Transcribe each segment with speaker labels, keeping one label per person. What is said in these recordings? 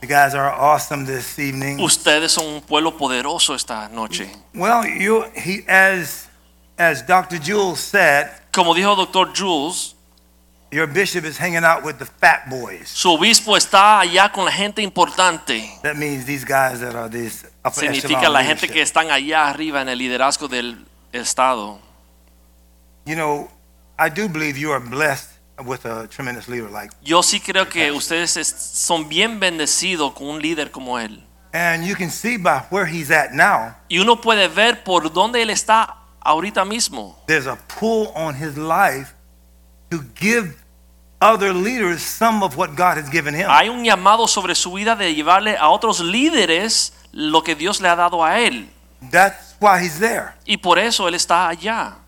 Speaker 1: You guys are awesome this evening.
Speaker 2: Ustedes son un pueblo poderoso esta noche.
Speaker 1: Well, you he as as Dr. Jules said,
Speaker 2: Como dijo doctor Jules,
Speaker 1: your bishop is hanging out with the fat boys.
Speaker 2: su obispo está allá con la gente importante.
Speaker 1: That means these guys that are these upper
Speaker 2: Significa
Speaker 1: echelon
Speaker 2: la gente que
Speaker 1: leadership.
Speaker 2: están allá arriba en el liderazgo del Estado.
Speaker 1: You know, I do believe you are blessed with a tremendous leader like
Speaker 2: Yo sí creo que ustedes es- son bien bendecidos con un líder como él.
Speaker 1: and you can see by where he's at now,
Speaker 2: Y uno puede ver por dónde él está ahorita mismo.
Speaker 1: there's a pull on his life to give other leaders some of what God has given him.
Speaker 2: Hay un llamado sobre su vida de llevarle a otros líderes lo que Dios le ha dado a él.
Speaker 1: That's why he's there.
Speaker 2: Y por eso él está allá.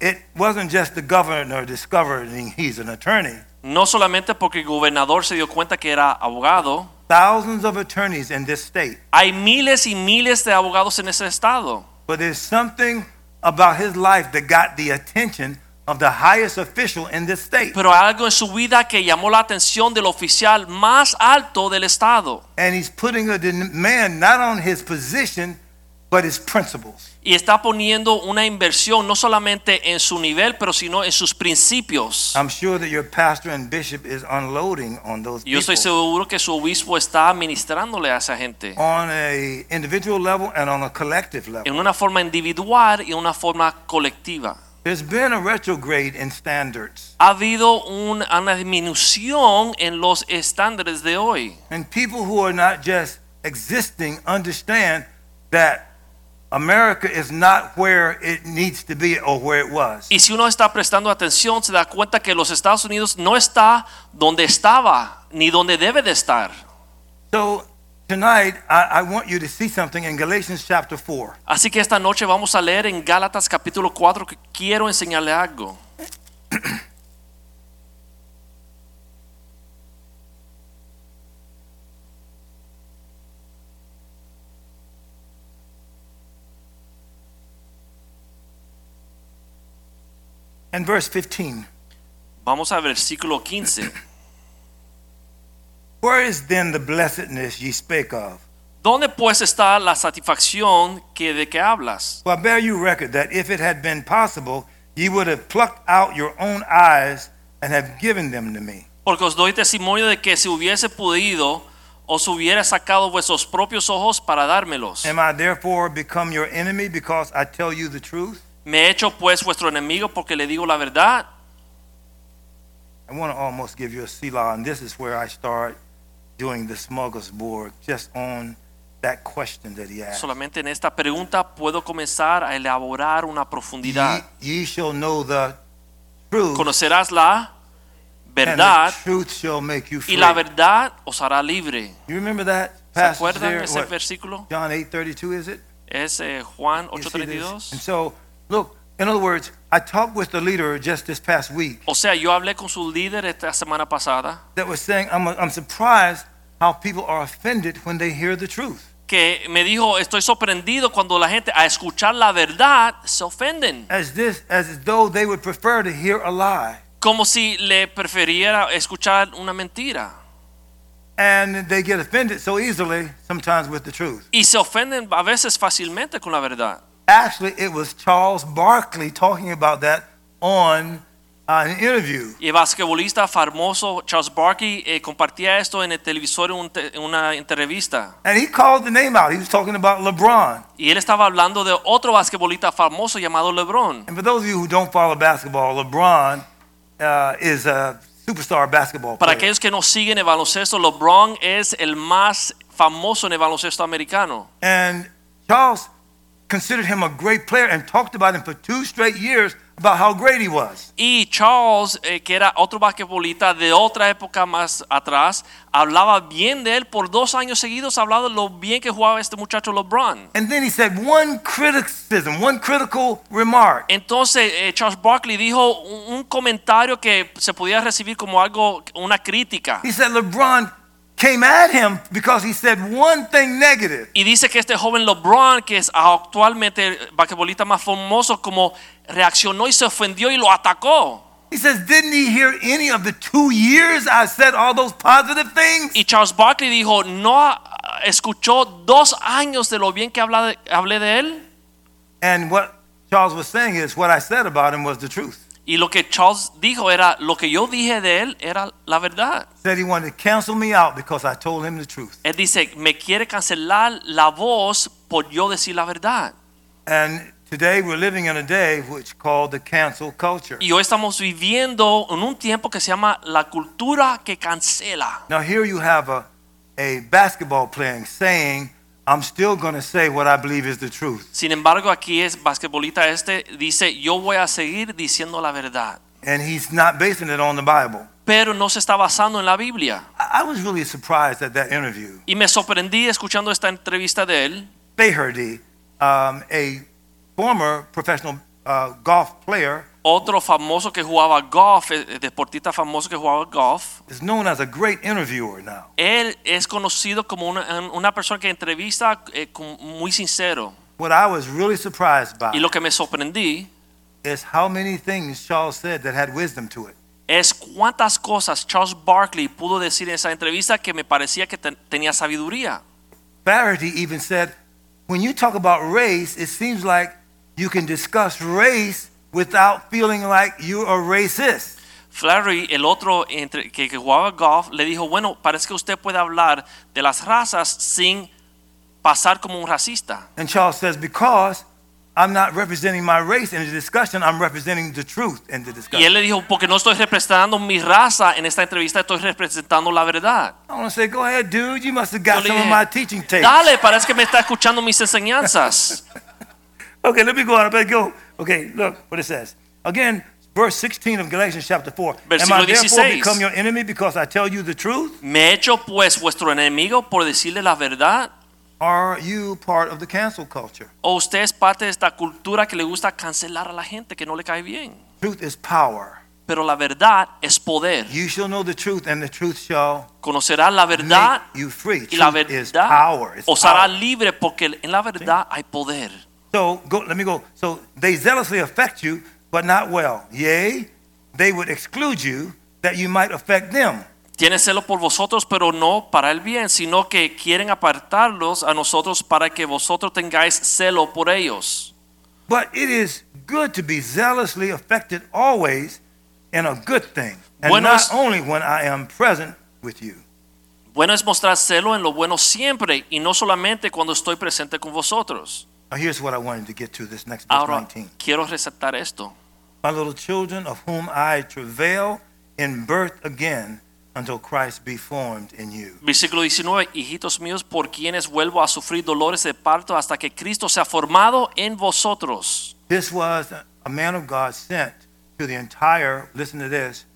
Speaker 1: It wasn't just the governor discovering he's an attorney.
Speaker 2: No solamente porque el gobernador se dio cuenta que era abogado,
Speaker 1: thousands of attorneys in this state,
Speaker 2: hay miles y miles de abogados en ese estado.
Speaker 1: but there's something about his life that got the attention of the highest official in this state.
Speaker 2: Pero hay algo en su vida que llamó la atención del oficial más alto del estado.
Speaker 1: And he's putting a demand not on his position, but his principles.
Speaker 2: Y está poniendo una inversión no solamente en su nivel, pero sino en sus principios.
Speaker 1: I'm sure that your pastor and bishop is unloading on those
Speaker 2: Yo estoy
Speaker 1: people
Speaker 2: seguro que su obispo está administrándole a esa gente
Speaker 1: on a individual level and on a collective level.
Speaker 2: en una forma individual y en una forma colectiva.
Speaker 1: There's been a retrograde in standards,
Speaker 2: Ha habido un- una disminución en los estándares de hoy.
Speaker 1: and people who are not just existing understand that America is not where it needs to be or where it was.
Speaker 2: Y si uno está prestando atención, se da cuenta que los Estados Unidos no está donde estaba, ni donde debe de estar.
Speaker 1: So tonight, I, I want you to see something in Galatians chapter 4.
Speaker 2: Así que esta noche vamos a leer en Gálatas capítulo 4 que quiero enseñarle algo.
Speaker 1: And verse 15.
Speaker 2: Vamos al versículo 15.
Speaker 1: Where is then the blessedness ye spake of?
Speaker 2: ¿Dónde pues está la satisfacción que de que hablas?
Speaker 1: For I bear you record that if it had been possible, ye would have plucked out your own eyes and have given them to me.
Speaker 2: Porque os doy testimonio de que si hubiese podido, os hubiera sacado vuestros propios ojos para dármelos.
Speaker 1: Am I therefore become your enemy because I tell you the truth?
Speaker 2: Me he hecho pues vuestro enemigo porque le digo la verdad.
Speaker 1: I want to almost give you a Selah, and this is where I start doing the smuggler's board, just on that question that he asked.
Speaker 2: Solamente en esta pregunta puedo comenzar a elaborar una
Speaker 1: Ye,
Speaker 2: profundidad.
Speaker 1: ye shall know the truth,
Speaker 2: Conocerás la
Speaker 1: And the
Speaker 2: verdad
Speaker 1: truth shall make you free.
Speaker 2: y la verdad os hará libre.
Speaker 1: You remember that
Speaker 2: ¿Se
Speaker 1: passage
Speaker 2: acuerdan
Speaker 1: there?
Speaker 2: ese
Speaker 1: What,
Speaker 2: versículo?
Speaker 1: John 8:32 is it?
Speaker 2: Es eh, Juan
Speaker 1: You see this? And
Speaker 2: 8:32.
Speaker 1: so, look, in other words, I talked with the leader just this past week
Speaker 2: O sea, yo hablé con su líder esta semana pasada
Speaker 1: that was saying I'm, I'm surprised how people are offended when they hear the truth.
Speaker 2: que me dijo, estoy sorprendido cuando la gente a escuchar la verdad se ofenden,
Speaker 1: As this as though they would prefer to hear a lie.
Speaker 2: como si le preferiera escuchar una mentira.
Speaker 1: And they get offended so easily sometimes with the truth.
Speaker 2: Y se ofenden a veces fácilmente con la verdad.
Speaker 1: Actually, it was Charles Barkley talking about that on uh, an interview.
Speaker 2: Y el basquetbolista famoso Charles Barkley eh, compartía esto en el televisor en, un te- en una entrevista.
Speaker 1: And he called the name out. He was talking about LeBron.
Speaker 2: Y él estaba hablando de otro basquetbolista famoso llamado LeBron.
Speaker 1: And for those of you who don't follow basketball, LeBron uh, is a superstar basketball
Speaker 2: Para
Speaker 1: player.
Speaker 2: aquellos que no siguen el baloncesto, LeBron es el más famoso en el baloncesto americano.
Speaker 1: And Charles considered him a great player and talked about him for two straight years about how great he was.
Speaker 2: Y Charles, eh, que era otro basquetbolista de otra época más atrás, hablaba bien de él por dos años seguidos, hablando de lo bien que jugaba este muchacho LeBron.
Speaker 1: And then he said one criticism, one critical remark.
Speaker 2: Entonces eh, Charles Barkley dijo un, un comentario que se podía recibir como algo, una crítica.
Speaker 1: He said LeBron came at him because he said one thing negative.
Speaker 2: Y dice que este joven LeBron, que es actualmente el basquetbolista más famoso, como reaccionó y se ofendió y lo atacó.
Speaker 1: He says, Didn't he hear any of the two years I said all those positive things?
Speaker 2: Y Charles Barkley dijo, ¿no ah, escuchó dos años de lo bien que habla de- hablé de él?
Speaker 1: And what Charles was saying is, what I said about him was the truth.
Speaker 2: Y lo que Charles dijo era, lo que yo dije de él era la verdad.
Speaker 1: Said he wanted to cancel me out because I told him the truth.
Speaker 2: Él dice, me quiere cancelar la voz por yo decir la verdad.
Speaker 1: And today we're living in a day which called the cancel culture.
Speaker 2: Y hoy estamos viviendo en un tiempo que se llama la cultura que cancela.
Speaker 1: Now here you have a, a basketball player saying, I'm still going to say what I believe is the truth.
Speaker 2: Sin embargo, aquí es basquetbolista este, dice, yo voy a seguir diciendo la verdad.
Speaker 1: And he's not basing it on the Bible.
Speaker 2: Pero no se está basando en la Biblia.
Speaker 1: I I was really surprised at that interview.
Speaker 2: Y me sorprendí escuchando esta entrevista de él.
Speaker 1: Faherty, um, a former professional uh, golf player,
Speaker 2: Otro famoso que jugaba golf, eh, eh, deportista famoso que jugaba golf,
Speaker 1: is known as a great interviewer now.
Speaker 2: él es conocido como una, una persona que entrevista eh, con- muy sincero.
Speaker 1: What I was really surprised by
Speaker 2: Y lo que me sorprendí
Speaker 1: is how many things Charles said that had wisdom to it.
Speaker 2: es cuántas cosas Charles Barkley pudo decir en esa entrevista que me parecía que ten- tenía sabiduría.
Speaker 1: Faherty even said, when you talk about race, it seems like you can discuss race without feeling like you're a racist.
Speaker 2: Flaherty, el otro entre- que, que jugaba golf, le dijo, bueno, parece que usted puede hablar de las razas sin pasar como un racista.
Speaker 1: And Charles says, because I'm not representing my race in the discussion, I'm representing the truth in the discussion.
Speaker 2: Y él le dijo, porque no estoy representando mi raza en esta entrevista, estoy representando la verdad.
Speaker 1: I want to say, go ahead, dude. You must have got
Speaker 2: Yo le
Speaker 1: some of
Speaker 2: dije,
Speaker 1: my teaching tapes.
Speaker 2: Dale, parece que me está escuchando mis enseñanzas.
Speaker 1: Okay, let me go on. I better go. Okay, look what it says. Again, verse 16 of Galatians chapter 4. Am I
Speaker 2: Versículo
Speaker 1: therefore
Speaker 2: 16.
Speaker 1: become your enemy because I tell you the truth?
Speaker 2: ¿Me he hecho pues vuestro enemigo por decirle la verdad?
Speaker 1: Are you part of the cancel culture?
Speaker 2: ¿O usted es parte de esta cultura que le gusta cancelar a la gente que no le cae bien?
Speaker 1: Truth is power.
Speaker 2: Pero la verdad es poder.
Speaker 1: You shall know the truth, and the truth shall
Speaker 2: Conocerá la
Speaker 1: make
Speaker 2: verdad
Speaker 1: you free.
Speaker 2: y la
Speaker 1: Truth is
Speaker 2: verdad
Speaker 1: power. It's
Speaker 2: os hará
Speaker 1: power.
Speaker 2: libre porque en la verdad hay poder.
Speaker 1: So go, let me go. So they zealously affect you, but not well. Yea, they would exclude you that you might affect them.
Speaker 2: Tienen celo por vosotros, pero no para el bien, sino que quieren apartarlos a nosotros para que vosotros tengáis celo por ellos.
Speaker 1: But it is good to be zealously affected always in a good thing, and
Speaker 2: Bueno
Speaker 1: not
Speaker 2: es-
Speaker 1: only when I am present with you.
Speaker 2: Bueno es mostrar celo en lo bueno siempre y no solamente cuando estoy presente con vosotros.
Speaker 1: Now, here's what I wanted to get to this next verse
Speaker 2: Ahora
Speaker 1: 19.
Speaker 2: quiero resaltar esto.
Speaker 1: My little children, of whom I travail in birth again until Christ be formed in you.
Speaker 2: Versículo 19, hijitos míos, por quienes vuelvo a sufrir dolores de parto hasta que Cristo sea formado en vosotros.
Speaker 1: This was a man of God sent to the entire, listen to this,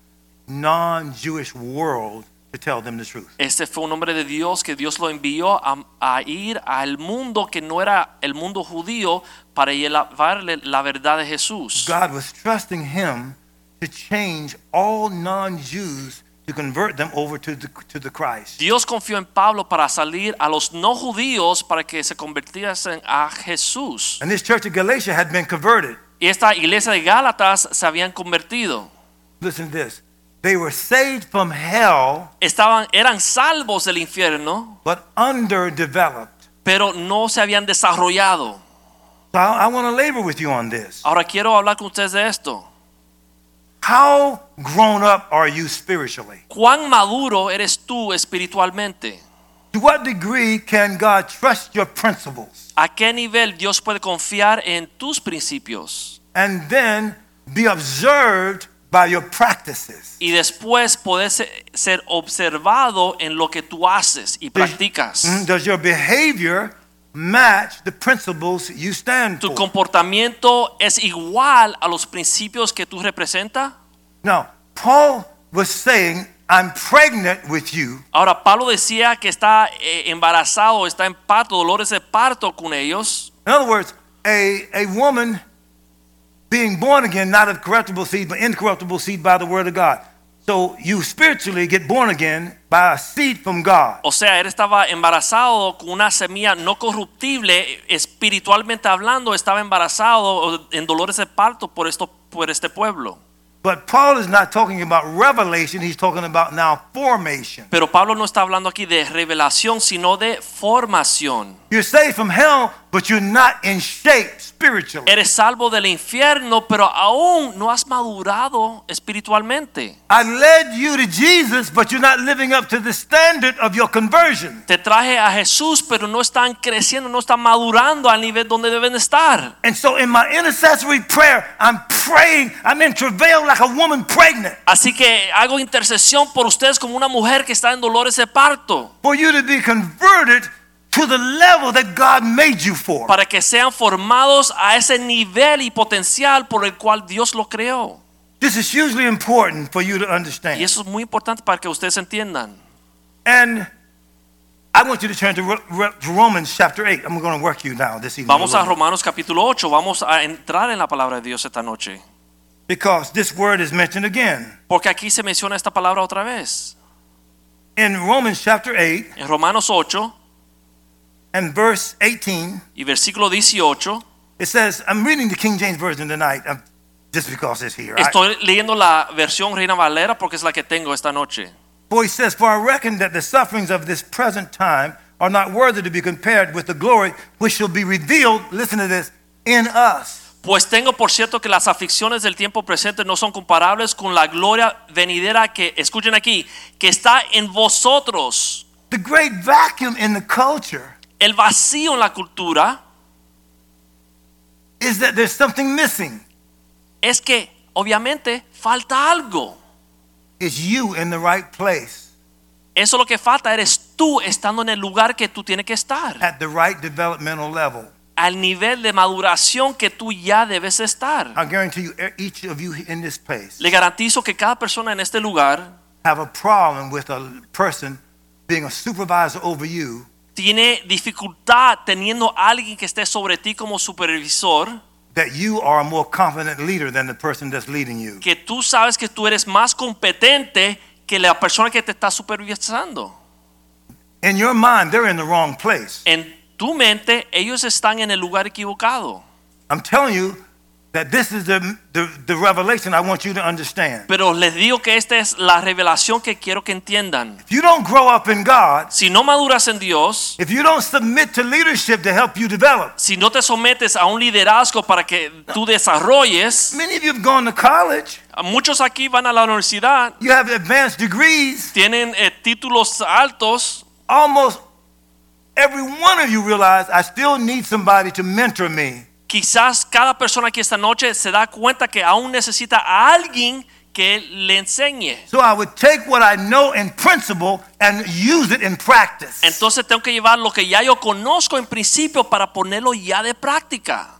Speaker 1: non Jewish world to tell them the truth.
Speaker 2: Este fue un hombre de Dios que Dios lo envió a, a ir al mundo que no era el mundo judío para llevarle la verdad de Jesús.
Speaker 1: God was trusting him to change all non-Jews to convert them over to the, to the Christ.
Speaker 2: Dios confió en Pablo para salir a los no judíos para que se convirtiesen a Jesús.
Speaker 1: And this church of Galatia had been converted.
Speaker 2: Y esta iglesia de Gálatas se habían convertido.
Speaker 1: Listen to this. They were saved from hell,
Speaker 2: Estaban, eran salvos del infierno,
Speaker 1: but underdeveloped.
Speaker 2: pero no se habían desarrollado.
Speaker 1: So I, I want to labor with you on this.
Speaker 2: Ahora quiero hablar con ustedes de esto.
Speaker 1: How grown up are you spiritually?
Speaker 2: ¿Cuán maduro eres tú espiritualmente?
Speaker 1: To what degree can God trust your principles
Speaker 2: ¿A qué nivel Dios puede confiar en tus principios?
Speaker 1: and then be observed by your practices?
Speaker 2: Y después poder se- ser observado en lo que tú haces y practicas.
Speaker 1: Mm, Does your Mm-hmm. behavior match the principles you stand
Speaker 2: ¿Tu
Speaker 1: for.
Speaker 2: comportamiento es igual a los principios que tú representas?
Speaker 1: Now, Paul was saying, I'm pregnant with you
Speaker 2: Ahora, Pablo decía que está eh, embarazado, está en parto, dolores de parto con ellos.
Speaker 1: In other words, a, a woman being born again, not of corruptible seed, but incorruptible seed by the word of God. So you spiritually get born again by a seed from God.
Speaker 2: O sea, él estaba embarazado con una semilla no corruptible, espiritualmente hablando, estaba embarazado en dolores de parto por, esto, por este pueblo.
Speaker 1: But Paul is not talking about revelation, he's talking about now formation.
Speaker 2: Pero Pablo no está hablando aquí de revelación, sino de formación.
Speaker 1: You're saved from hell, but you're not in shape spiritually.
Speaker 2: Eres salvo del infierno, pero aún no has madurado espiritualmente.
Speaker 1: I led you to Jesus, but you're not living up to the standard of your conversion.
Speaker 2: Te traje a Jesús, pero no están creciendo, no están madurando al nivel donde deben estar.
Speaker 1: And so in my intercessory prayer, I'm praying, I'm in travail like a woman pregnant.
Speaker 2: Así que hago intercesión por ustedes como una mujer que está en dolores de parto,
Speaker 1: for you to be converted to the level that God made you for.
Speaker 2: para que sean formados a ese nivel y potencial por el cual Dios lo creó.
Speaker 1: This is hugely important for you to
Speaker 2: Y
Speaker 1: understand.
Speaker 2: eso es muy importante para que ustedes entiendan.
Speaker 1: And I want you to turn to, Ro- Ro- to Romans chapter 8. I'm going to work you now this evening.
Speaker 2: Vamos a Romanos capítulo 8, vamos a entrar en la palabra de Dios esta noche,
Speaker 1: because this word is mentioned again.
Speaker 2: porque aquí se menciona esta palabra otra vez.
Speaker 1: In Romans chapter 8
Speaker 2: En Romanos 8
Speaker 1: and verse 18,
Speaker 2: y versículo 18,
Speaker 1: it says, I'm reading the King James Version tonight um, just because it's here. I-
Speaker 2: estoy leyendo la versión Reina Valera porque es la que tengo esta noche.
Speaker 1: For he says, For I reckon that the sufferings of this present time are not worthy to be compared with the glory which shall be revealed, listen to this, in us.
Speaker 2: Pues tengo por cierto que las aflicciones del tiempo presente no son comparables con la gloria venidera que, escuchen aquí, que está en vosotros.
Speaker 1: The great vacuum in the culture
Speaker 2: El vacío en la cultura
Speaker 1: is that there's something missing.
Speaker 2: es que obviamente falta algo.
Speaker 1: It's you in the right place
Speaker 2: Eso es lo que falta, eres tú estando en el lugar que tú tienes que estar,
Speaker 1: at the right developmental level.
Speaker 2: al nivel de maduración que tú ya debes estar.
Speaker 1: I guarantee you, e- each of you in this place
Speaker 2: Le garantizo que cada persona en este lugar
Speaker 1: have a problem with a person being a supervisor over you
Speaker 2: tiene dificultad teniendo a alguien que esté sobre ti como supervisor.
Speaker 1: that you are a more confident leader than the person that's leading you.
Speaker 2: que tú sabes que tú eres más competente que la persona que te está supervisando.
Speaker 1: In your mind, they're in the wrong place.
Speaker 2: En tu mente, ellos están en el lugar equivocado.
Speaker 1: I'm telling you that this is the, the, the revelation I want you to understand.
Speaker 2: Pero les digo que esta es la revelación que quiero que entiendan.
Speaker 1: If you don't grow up in God,
Speaker 2: Si no maduras en Dios,
Speaker 1: if you don't submit to leadership to help you develop,
Speaker 2: si no te sometes a un liderazgo para que tú desarrolles,
Speaker 1: many of you have gone to college,
Speaker 2: muchos aquí van a la universidad,
Speaker 1: you have advanced degrees.
Speaker 2: tienen eh, títulos altos,
Speaker 1: Almost every one of you realize I still need somebody to mentor me.
Speaker 2: quizás cada persona aquí esta noche se da cuenta que aún necesita a alguien que le enseñe.
Speaker 1: So I would take what I know in principle and use it in practice.
Speaker 2: Entonces tengo que llevar lo que ya yo conozco en principio para ponerlo ya de práctica.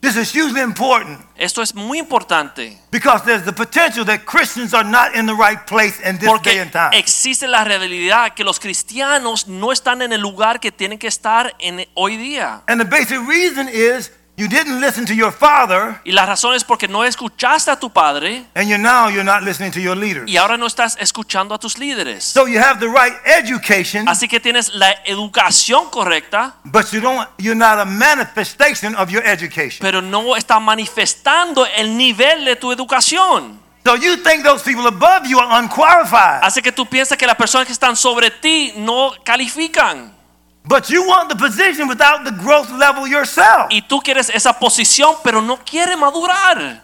Speaker 1: This is hugely important
Speaker 2: Esto es muy importante
Speaker 1: because there's the potential that Christians are not in the right place in this day
Speaker 2: porque
Speaker 1: and time.
Speaker 2: existe la realidad que los cristianos no están en el lugar que tienen que estar en hoy día.
Speaker 1: And the basic reason is you didn't listen to your father,
Speaker 2: Y la razón es porque no escuchaste a tu padre
Speaker 1: and you're now you're not listening to your leader.
Speaker 2: y ahora no estás escuchando a tus líderes.
Speaker 1: So you have the right education,
Speaker 2: Así que tienes la educación correcta,
Speaker 1: but you don't you're not a manifestation of your education.
Speaker 2: pero no estás manifestando el nivel de tu educación.
Speaker 1: So you think those people above you are unqualified,
Speaker 2: Así que tú piensas que las personas que están sobre ti no califican.
Speaker 1: but you want the position without the growth level yourself.
Speaker 2: y tú quieres esa posición, pero no quiere madurar.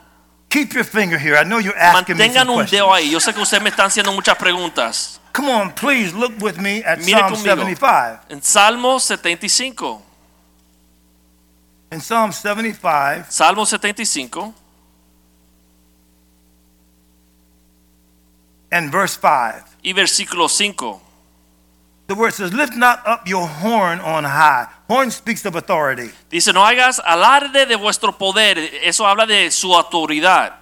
Speaker 1: Keep your finger here. I know you're asking me
Speaker 2: Mantengan
Speaker 1: some
Speaker 2: un
Speaker 1: questions.
Speaker 2: dedo ahí. Yo sé que ustedes me están haciendo muchas preguntas.
Speaker 1: Come on, please look with me at
Speaker 2: Mire
Speaker 1: Psalm
Speaker 2: conmigo.
Speaker 1: 75.
Speaker 2: En Salmo 75,
Speaker 1: In Psalm 75,
Speaker 2: Salmo 75
Speaker 1: and verse 5.
Speaker 2: y versículo 5.
Speaker 1: The the word says, lift not up your horn on high. Horn speaks of authority.
Speaker 2: Dice, no hagas alarde de vuestro poder. Eso habla de su autoridad.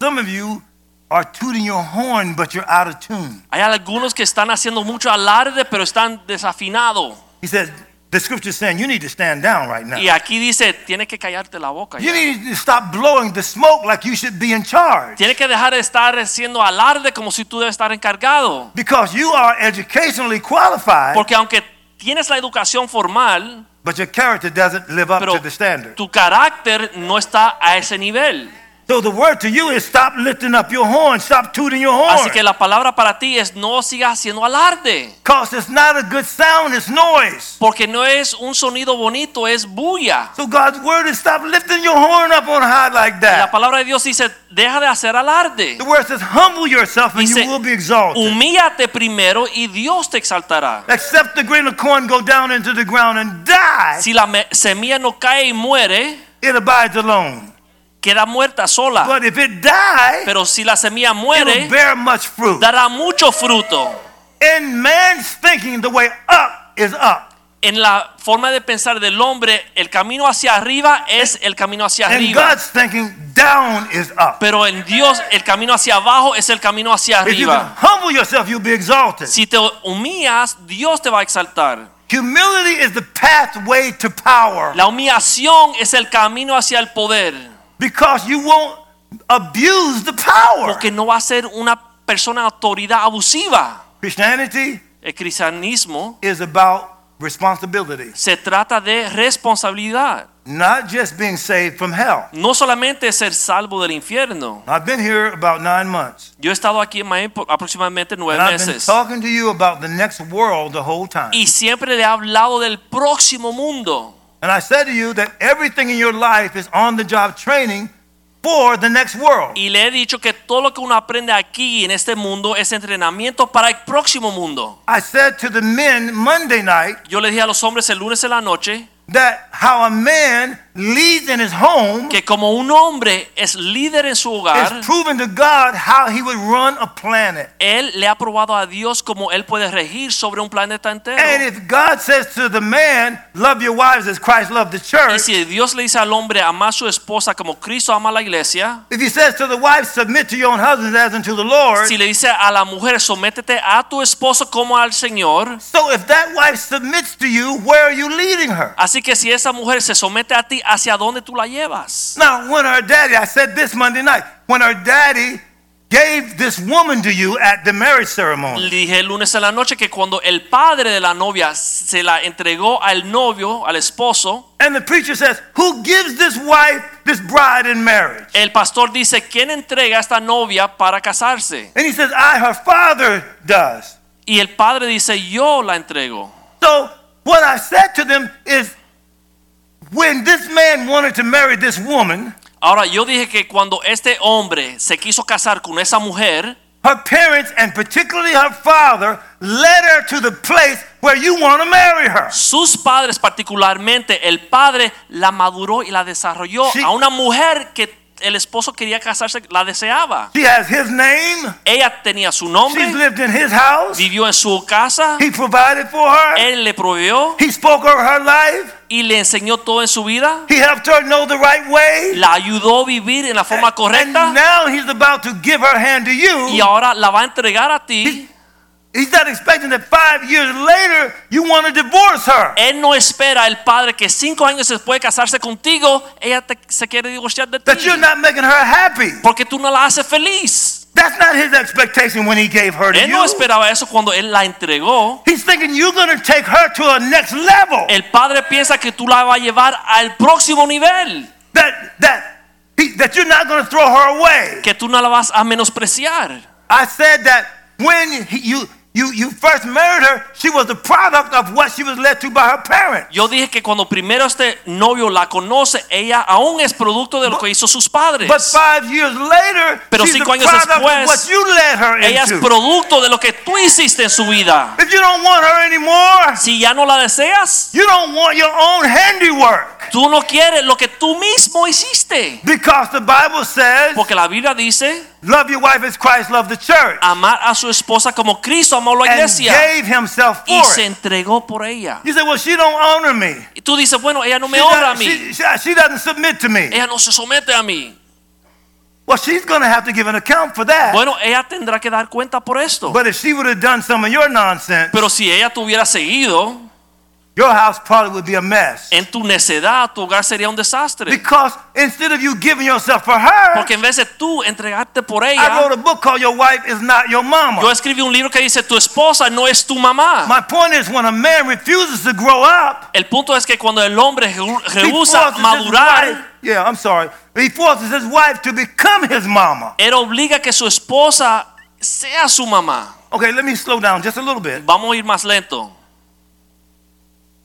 Speaker 1: Some of you are tooting your horn, but you're out of tune.
Speaker 2: Hay algunos que están haciendo mucho alarde, pero están desafinados.
Speaker 1: He says, the scripture's saying you need to stand down right now.
Speaker 2: Y aquí dice, tienes que callarte la boca.
Speaker 1: You
Speaker 2: ya.
Speaker 1: need to stop blowing the smoke like you should be in charge.
Speaker 2: Tienes que dejar de estar haciendo alarde como si tú debes estar encargado.
Speaker 1: Because you are educationally qualified,
Speaker 2: Porque aunque tienes la educación formal,
Speaker 1: but your character doesn't live up
Speaker 2: pero
Speaker 1: to the standard.
Speaker 2: tu carácter no está a ese nivel.
Speaker 1: So the word to you is stop lifting up your horn, stop tooting your
Speaker 2: Así que
Speaker 1: horn.
Speaker 2: la palabra para ti es no sigas haciendo alarde.
Speaker 1: Because it's not a good sound, it's noise.
Speaker 2: Porque no es un sonido bonito, es bulla.
Speaker 1: So God's word is stop lifting your horn up on high like
Speaker 2: Y La
Speaker 1: that.
Speaker 2: palabra de Dios dice, deja de hacer alarde.
Speaker 1: The word says humble yourself and
Speaker 2: Dice,
Speaker 1: you will be exalted.
Speaker 2: Humíllate primero y Dios te exaltará.
Speaker 1: Except the grain of corn go down into the ground and die,
Speaker 2: Si la me- semilla no cae y muere,
Speaker 1: it abides alone.
Speaker 2: queda muerta sola.
Speaker 1: But if it die,
Speaker 2: Pero si la semilla
Speaker 1: it'll
Speaker 2: muere,
Speaker 1: bear much fruit.
Speaker 2: dará mucho fruto.
Speaker 1: In man's thinking, the way up is up,
Speaker 2: En la forma de pensar del hombre, el camino hacia arriba es el camino hacia
Speaker 1: and
Speaker 2: arriba.
Speaker 1: God's thinking, down is up.
Speaker 2: Pero en Dios, el camino hacia abajo es el camino hacia
Speaker 1: If you can
Speaker 2: arriba.
Speaker 1: humble yourself, you'll be exalted.
Speaker 2: Si te humillas, Dios te va a exaltar.
Speaker 1: Humility is the pathway to power
Speaker 2: La humillación es el camino hacia el poder,
Speaker 1: because you won't abuse the power.
Speaker 2: porque no va a ser una persona de autoridad abusiva.
Speaker 1: Christianity
Speaker 2: El cristianismo
Speaker 1: is about responsibility,
Speaker 2: se trata de responsabilidad,
Speaker 1: not just being saved from hell.
Speaker 2: no solamente ser salvo del infierno.
Speaker 1: I've been here about nine months,
Speaker 2: Yo he estado aquí en Miami por aproximadamente nueve
Speaker 1: and I've been
Speaker 2: meses
Speaker 1: talking to you about the next world the whole time.
Speaker 2: y siempre le he hablado del próximo mundo.
Speaker 1: And I said to you that everything in your life is on the job training for the next world.
Speaker 2: Y le he dicho que todo lo que uno aprende aquí en este mundo es entrenamiento para el próximo mundo.
Speaker 1: I said to the men Monday night
Speaker 2: Yo le dije a los hombres el lunes en la noche
Speaker 1: that how a man leads in his home
Speaker 2: que como un hombre es líder en su hogar,
Speaker 1: is proving to God how he would run a planet.
Speaker 2: Él le ha probado a Dios como Él puede regir sobre un planeta
Speaker 1: And
Speaker 2: entero.
Speaker 1: if God says to the man, love your wives as Christ loved the
Speaker 2: Y
Speaker 1: church,
Speaker 2: si Dios le dice al hombre ama a su esposa como Cristo ama a la iglesia,
Speaker 1: if he says to the wife, submit to your own husbands as unto the Lord,
Speaker 2: si le dice a la mujer sométete a tu esposo como al Señor,
Speaker 1: so if that wife submits to you, where are you leading her?
Speaker 2: así que si esa mujer se somete a ti, ¿hacia dónde tú la llevas?
Speaker 1: Now, when her daddy, I said this Monday night, when her daddy gave this woman to you at the marriage ceremony,
Speaker 2: Le dije el lunes en la noche que cuando el padre de la novia se la entregó al novio, al esposo,
Speaker 1: and the preacher says, Who gives this wife, this bride in marriage?
Speaker 2: el pastor dice, ¿quién entrega a esta novia para casarse?
Speaker 1: And he says, I, her father, does.
Speaker 2: Y el padre dice, yo la entrego.
Speaker 1: So, what I said to them is, when this man wanted to marry this woman,
Speaker 2: Ahora yo dije que cuando este hombre se quiso casar con esa mujer,
Speaker 1: her parents, and particularly her father, led her to the place where you want to marry her.
Speaker 2: sus padres particularmente, el padre la maduró y la desarrolló
Speaker 1: Sí.
Speaker 2: a una mujer que el esposo quería casarse, la deseaba.
Speaker 1: She has his name,
Speaker 2: Ella tenía su
Speaker 1: she's
Speaker 2: nombre,
Speaker 1: lived in his house,
Speaker 2: vivió en su casa,
Speaker 1: he provided for her.
Speaker 2: él le proveyó
Speaker 1: He spoke over her life.
Speaker 2: y le enseñó todo en su vida,
Speaker 1: He helped her know the right way.
Speaker 2: la ayudó a vivir Eh, en la forma
Speaker 1: And
Speaker 2: correcta
Speaker 1: now he's about to give her hand to
Speaker 2: y
Speaker 1: you.
Speaker 2: ahora la va a entregar a ti.
Speaker 1: He's not expecting that five years later you want to divorce her.
Speaker 2: Él no espera el padre que cinco años después de casarse contigo, ella te- se quiere divorciar de ti.
Speaker 1: That you're not making her happy.
Speaker 2: Porque tú no la haces feliz.
Speaker 1: That's not his expectation when he gave her to
Speaker 2: Él no
Speaker 1: you.
Speaker 2: esperaba eso cuando él la entregó.
Speaker 1: He's thinking you're going to take her to a next level.
Speaker 2: El padre piensa que tú la vas a llevar al próximo nivel,
Speaker 1: That that he, that you're not going to throw her away.
Speaker 2: que tú no la vas a menospreciar.
Speaker 1: I said that when he, you you you first married her, she was the product of what she was led to by her parents.
Speaker 2: Yo dije que cuando primero este novio la conoce, ella aún es producto de lo que hizo sus padres.
Speaker 1: But five years later,
Speaker 2: Pero
Speaker 1: she's
Speaker 2: cinco
Speaker 1: the
Speaker 2: años
Speaker 1: product
Speaker 2: después,
Speaker 1: of what you led her
Speaker 2: Ella es
Speaker 1: into.
Speaker 2: producto de lo que tú hiciste en su vida.
Speaker 1: if you don't want her anymore,
Speaker 2: Si ya no la deseas,
Speaker 1: you don't want your own handiwork.
Speaker 2: Tú no quieres lo que tú mismo hiciste.
Speaker 1: Because the Bible says,
Speaker 2: Porque la Biblia dice,
Speaker 1: love your wife as Christ loved the church
Speaker 2: amar a su esposa como Cristo amó a la
Speaker 1: and
Speaker 2: iglesia
Speaker 1: gave himself
Speaker 2: y
Speaker 1: for
Speaker 2: se
Speaker 1: it.
Speaker 2: entregó por ella.
Speaker 1: You say, well, she don't honor me.
Speaker 2: Y tú dices, bueno, ella no
Speaker 1: She,
Speaker 2: me honra a
Speaker 1: doesn't-
Speaker 2: mí.
Speaker 1: she- she- she doesn't submit to me.
Speaker 2: Ella no se somete a mí.
Speaker 1: Well, she's going to have to give an account for that.
Speaker 2: Bueno, ella tendrá que dar cuenta por esto.
Speaker 1: But if she would have done some of your nonsense,
Speaker 2: Pero si ella te hubiera seguido,
Speaker 1: your house probably would be a mess.
Speaker 2: en tu necedad tu hogar sería un desastre.
Speaker 1: Because instead of you giving yourself for her,
Speaker 2: Porque en vez de tú entregarte por
Speaker 1: I
Speaker 2: ella,
Speaker 1: wrote a book called Your Wife Is Not Your Mama.
Speaker 2: yo escribí un libro que dice, tu esposa no es tu mamá.
Speaker 1: My point is, when a man refuses to grow up,
Speaker 2: El punto es que cuando el hombre rehu-
Speaker 1: he
Speaker 2: rehúsa
Speaker 1: forces his wife.
Speaker 2: madurar,
Speaker 1: Yeah, I'm sorry. He forces his wife to become his mama.
Speaker 2: él obliga a que su esposa sea su mamá.
Speaker 1: Okay, let me slow down just a little bit.
Speaker 2: Vamos a ir más lento.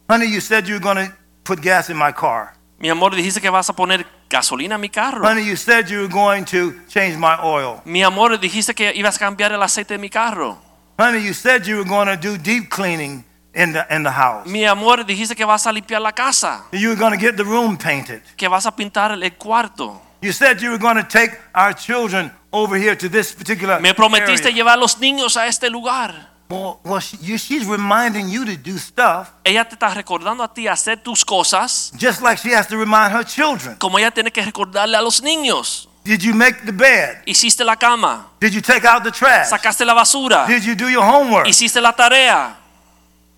Speaker 1: Honey, you said you were going to put gas in my car.
Speaker 2: Mi amor, dijiste que vas a poner gasolina a mi carro.
Speaker 1: Honey, you said you were going to change my oil.
Speaker 2: Mi amor, dijiste que ibas a cambiar el aceite de mi carro.
Speaker 1: Honey, you said you were going to do deep cleaning in the, in the house.
Speaker 2: Mi amor, dijiste que vas a limpiar la casa,
Speaker 1: You were going to get the room painted.
Speaker 2: que vas a pintar el cuarto.
Speaker 1: You said you were going to take our children over here to this particular
Speaker 2: Me prometiste
Speaker 1: area.
Speaker 2: llevar a los niños a este lugar.
Speaker 1: Well, well she, you, she's reminding you to do stuff
Speaker 2: Ella te está recordando a ti hacer tus cosas,
Speaker 1: just like she has to remind her children.
Speaker 2: como ella tiene que recordarle a los niños.
Speaker 1: Did you make the bed?
Speaker 2: Hiciste la cama,
Speaker 1: Did you take out the trash?
Speaker 2: sacaste la basura,
Speaker 1: Did you do your homework?
Speaker 2: hiciste la tarea.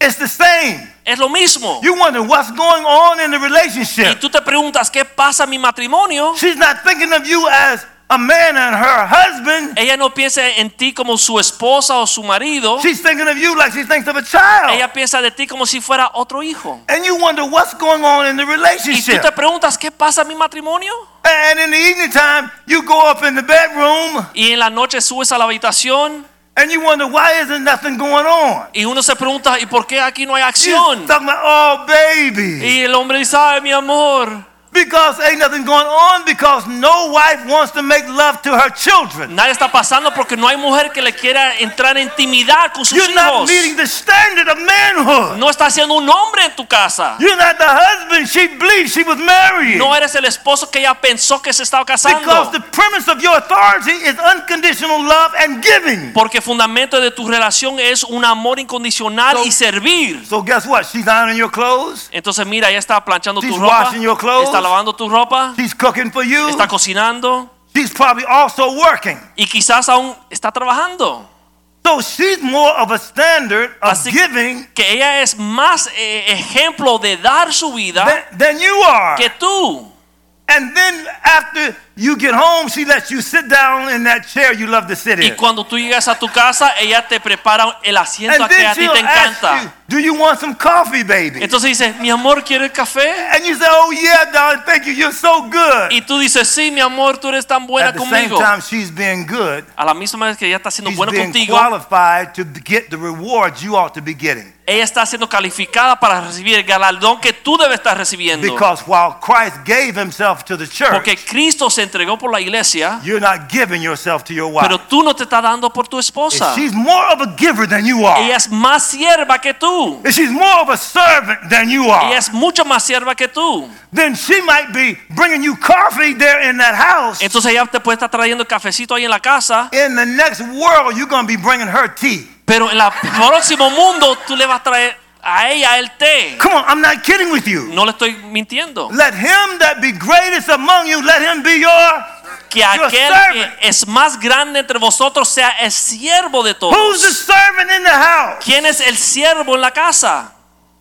Speaker 1: It's the same.
Speaker 2: Es lo mismo.
Speaker 1: You wonder what's going on in the
Speaker 2: Y
Speaker 1: relationship.
Speaker 2: tú te preguntas, ¿qué pasa en mi matrimonio?
Speaker 1: She's not thinking of you as a man and her husband.
Speaker 2: Ella no piensa en ti como su esposa o su marido.
Speaker 1: She's thinking of you like she thinks of a child.
Speaker 2: Ella piensa de ti como si fuera otro hijo.
Speaker 1: And you wonder what's going on in the
Speaker 2: Y tú
Speaker 1: relationship.
Speaker 2: te preguntas, ¿qué pasa en mi matrimonio?
Speaker 1: And in the evening time, you go up in the bedroom
Speaker 2: Y en la noche subes a la habitación
Speaker 1: and you wonder why isn't nothing going on.
Speaker 2: y uno se pregunta, ¿y por qué aquí no hay
Speaker 1: She's
Speaker 2: acción?
Speaker 1: talking about, oh baby,
Speaker 2: Y el hombre dice, ay, mi amor,
Speaker 1: because ain't nothing going on because no wife wants to make love to her children.
Speaker 2: nada está pasando porque no hay mujer que le quiera entrar en intimidad con sus
Speaker 1: You're not
Speaker 2: hijos.
Speaker 1: meeting the standard of manhood.
Speaker 2: No está siendo un hombre en tu casa.
Speaker 1: You're not the husband she believes she was marrying.
Speaker 2: No eres el esposo que ella pensó que se estaba
Speaker 1: because
Speaker 2: casando.
Speaker 1: the premise of your authority is unconditional love and giving.
Speaker 2: Porque fundamento de tu relación es un amor incondicional
Speaker 1: So-
Speaker 2: y servir.
Speaker 1: So guess what? She's ironing your clothes.
Speaker 2: Entonces mira, ella está planchando tu
Speaker 1: She's
Speaker 2: ropa,
Speaker 1: washing your clothes.
Speaker 2: está lavando tu ropa,
Speaker 1: She's cooking for you.
Speaker 2: está cocinando
Speaker 1: She's probably also working.
Speaker 2: y quizás aún está trabajando.
Speaker 1: So she's more of a standard of
Speaker 2: Así-
Speaker 1: giving
Speaker 2: Que ella es más eh, ejemplo de dar su vida
Speaker 1: than, than you are.
Speaker 2: que tú.
Speaker 1: And then after you get home, she lets you sit down in that chair you love to sit
Speaker 2: Y
Speaker 1: in.
Speaker 2: cuando tú llegas a tu casa, ella te prepara el asiento
Speaker 1: And
Speaker 2: que a
Speaker 1: then
Speaker 2: ti
Speaker 1: she'll
Speaker 2: te
Speaker 1: ask you,
Speaker 2: encanta.
Speaker 1: "Do you want some coffee, baby?"
Speaker 2: Entonces dice, mi amor, ¿quieres café?
Speaker 1: And you say, "Oh yeah, darling, thank you. You're so good."
Speaker 2: Y tú dices, sí, mi amor, tú eres tan buena
Speaker 1: At the same
Speaker 2: conmigo.
Speaker 1: time, she's being good.
Speaker 2: A la misma vez que ella está siendo
Speaker 1: She's
Speaker 2: buena
Speaker 1: being
Speaker 2: contigo,
Speaker 1: qualified to get the rewards you ought to be getting.
Speaker 2: ella está siendo calificada para recibir el galardón que tú debes estar recibiendo.
Speaker 1: Because while Christ gave Himself to the church,
Speaker 2: Porque Cristo se entregó por la iglesia,
Speaker 1: you're not giving yourself to your wife.
Speaker 2: pero tú no te estás dando por tu esposa.
Speaker 1: And She's more of a giver than you are.
Speaker 2: Ella es más sierva que tú.
Speaker 1: And She's more of a servant than you are.
Speaker 2: Ella es mucho más sierva que tú.
Speaker 1: Then she might be bringing you coffee there in that house.
Speaker 2: Entonces ella te puede estar trayendo el cafecito ahí en la casa,
Speaker 1: In the next world, you're going to be bringing her tea.
Speaker 2: pero en el próximo mundo tú le vas a traer a ella el té.
Speaker 1: Come on, I'm not kidding with you.
Speaker 2: No le estoy mintiendo.
Speaker 1: Let him that be greatest among you, let him be your.
Speaker 2: Que
Speaker 1: You're a
Speaker 2: aquel
Speaker 1: servant.
Speaker 2: que es más grande entre vosotros sea el siervo de
Speaker 1: Who's the
Speaker 2: todos.
Speaker 1: servant in the house?
Speaker 2: ¿Quién es el siervo en la casa?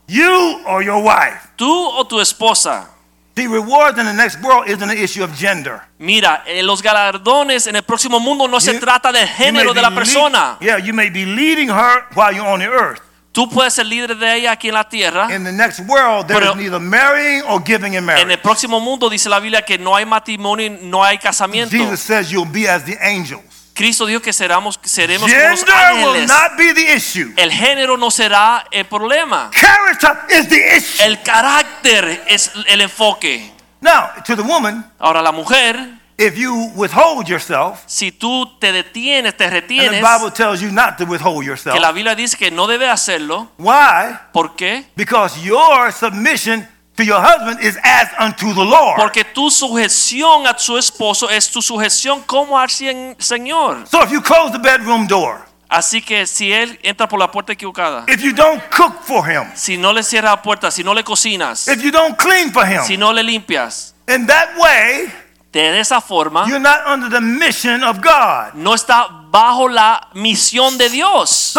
Speaker 1: You or your wife.
Speaker 2: ¿Tú o tu esposa?
Speaker 1: The rewards in the next world isn't an issue of gender.
Speaker 2: Mira, eh, los galardones en el próximo mundo no se
Speaker 1: You-
Speaker 2: trata del
Speaker 1: You may
Speaker 2: género de
Speaker 1: be
Speaker 2: la
Speaker 1: lead-
Speaker 2: persona.
Speaker 1: yeah, you may be leading her while you're on the earth.
Speaker 2: Tú puedes ser líder de ella aquí en la tierra.
Speaker 1: In the next world, there
Speaker 2: Pero-
Speaker 1: is neither marrying or giving in
Speaker 2: En
Speaker 1: marriage.
Speaker 2: el próximo mundo dice la Biblia que no hay matrimonio, y no hay casamiento.
Speaker 1: Jesus says you'll be as the angels.
Speaker 2: Cristo dijo que seremos, seremos como los
Speaker 1: Gender will
Speaker 2: ángeles.
Speaker 1: not be the issue.
Speaker 2: El género no será el problema.
Speaker 1: Character is the issue.
Speaker 2: El carácter es el enfoque.
Speaker 1: Now, to the woman,
Speaker 2: Ahora la mujer,
Speaker 1: if you withhold yourself,
Speaker 2: si tú te detienes, te
Speaker 1: and the
Speaker 2: retienes,
Speaker 1: Bible tells you not to withhold
Speaker 2: que la
Speaker 1: yourself.
Speaker 2: Biblia dice que no debe hacerlo,
Speaker 1: Why?
Speaker 2: ¿por qué?
Speaker 1: Because your submission to your husband is as unto the Lord.
Speaker 2: Porque tu sujeción a su esposo es tu sujeción como al cien- Señor.
Speaker 1: So if you close the bedroom door,
Speaker 2: Así que si él entra por la puerta equivocada,
Speaker 1: if you don't cook for him,
Speaker 2: si no le cierras la puerta, si no le cocinas,
Speaker 1: if you don't clean for him,
Speaker 2: si no le limpias,
Speaker 1: in that way,
Speaker 2: de esa forma
Speaker 1: you're not under the mission of God.
Speaker 2: no está bajo la misión de Dios.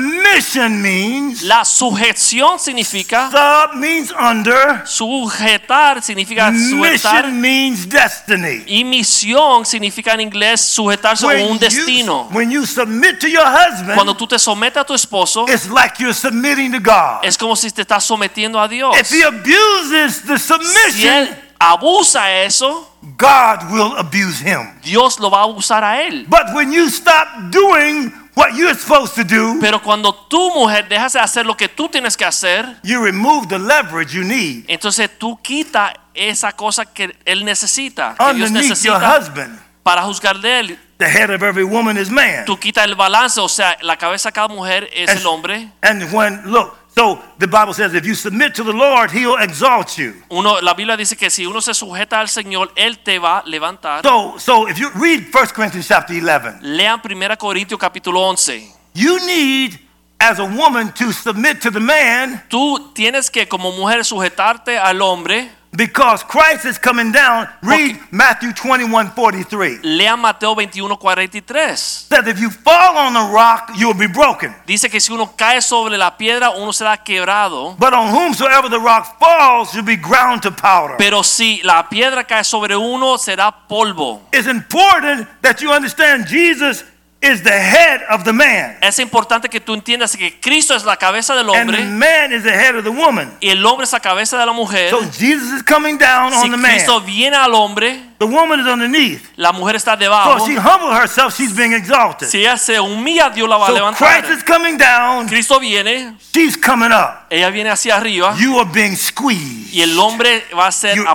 Speaker 1: Submission means
Speaker 2: La sujeción significa
Speaker 1: sub means under.
Speaker 2: sujetar, significa sujetar.
Speaker 1: Mission means destiny.
Speaker 2: Y misión significa en inglés sujetarse a un destino.
Speaker 1: when you submit to your husband,
Speaker 2: Cuando tú te sometes a tu esposo,
Speaker 1: it's like you're submitting to God.
Speaker 2: es como si te estás sometiendo a Dios.
Speaker 1: If he abuses the
Speaker 2: Si
Speaker 1: submission,
Speaker 2: él abusa de eso,
Speaker 1: God will abuse him.
Speaker 2: Dios lo va a abusar a él.
Speaker 1: But when you stop doing what you're supposed to do,
Speaker 2: Pero cuando tu mujer dejas de hacer lo que tú tienes que hacer,
Speaker 1: you remove the leverage you need
Speaker 2: entonces tú quitas esa cosa que él necesita, que Dios
Speaker 1: underneath your
Speaker 2: necesita
Speaker 1: husband.
Speaker 2: para juzgar de él.
Speaker 1: The head of every woman is man.
Speaker 2: Tú quitas el balance, o sea, la cabeza de cada mujer es el hombre.
Speaker 1: And when look, so the Bible says if you submit to the Lord, he'll exalt you.
Speaker 2: Uno, la Biblia dice que si uno se sujeta al Señor, él te va a levantar.
Speaker 1: So so if you read 1 Corinthians chapter 11,
Speaker 2: Lean 1 Corintios capítulo 11.
Speaker 1: You need, as a woman, to submit to the man
Speaker 2: Tú tienes que como mujer sujetarte al hombre.
Speaker 1: because Christ is coming down. Read Matthew 21 43.
Speaker 2: Lean Mateo 21, 43.
Speaker 1: Says, if you fall on the rock, you'll be broken.
Speaker 2: Dice que si uno cae sobre la piedra, uno será quebrado.
Speaker 1: But on whomsoever the rock falls, you'll be ground to powder.
Speaker 2: Pero si la piedra cae sobre uno, será polvo.
Speaker 1: It's important that you understand Jesus is the head of the man,
Speaker 2: Es importante que tú entiendas que Cristo es la cabeza del
Speaker 1: and the
Speaker 2: hombre
Speaker 1: man is the head of the woman.
Speaker 2: y el hombre es la cabeza de la mujer.
Speaker 1: So Jesus is coming down
Speaker 2: Si
Speaker 1: on the man.
Speaker 2: Cristo viene al hombre,
Speaker 1: The woman is underneath.
Speaker 2: la mujer está
Speaker 1: So
Speaker 2: debajo.
Speaker 1: if she humbled herself, she's being exalted.
Speaker 2: Si ella se humilla, Dios la va a
Speaker 1: So Christ
Speaker 2: levantar.
Speaker 1: is coming down,
Speaker 2: Cristo viene,
Speaker 1: she's coming up.
Speaker 2: ella viene hacia arriba.
Speaker 1: You are being squeezed.
Speaker 2: y el hombre va a ser
Speaker 1: You're in a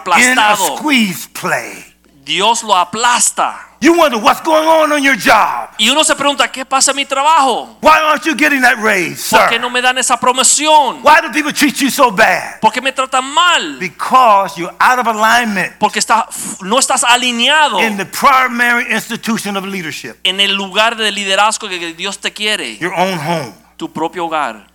Speaker 2: aplastado.
Speaker 1: squeeze play.
Speaker 2: Dios lo aplasta.
Speaker 1: You wonder what's going on on your job.
Speaker 2: Y uno se pregunta, ¿qué pasa en mi trabajo?
Speaker 1: Why aren't you getting that raise,
Speaker 2: ¿Por
Speaker 1: sir?
Speaker 2: qué no me dan esa promoción?
Speaker 1: Why do people treat you so bad?
Speaker 2: ¿Por qué me tratan mal?
Speaker 1: Because you're out of alignment
Speaker 2: Porque está, no estás alineado
Speaker 1: in the primary institution of leadership,
Speaker 2: en el lugar de liderazgo que Dios te quiere,
Speaker 1: your own home.
Speaker 2: tu propio hogar.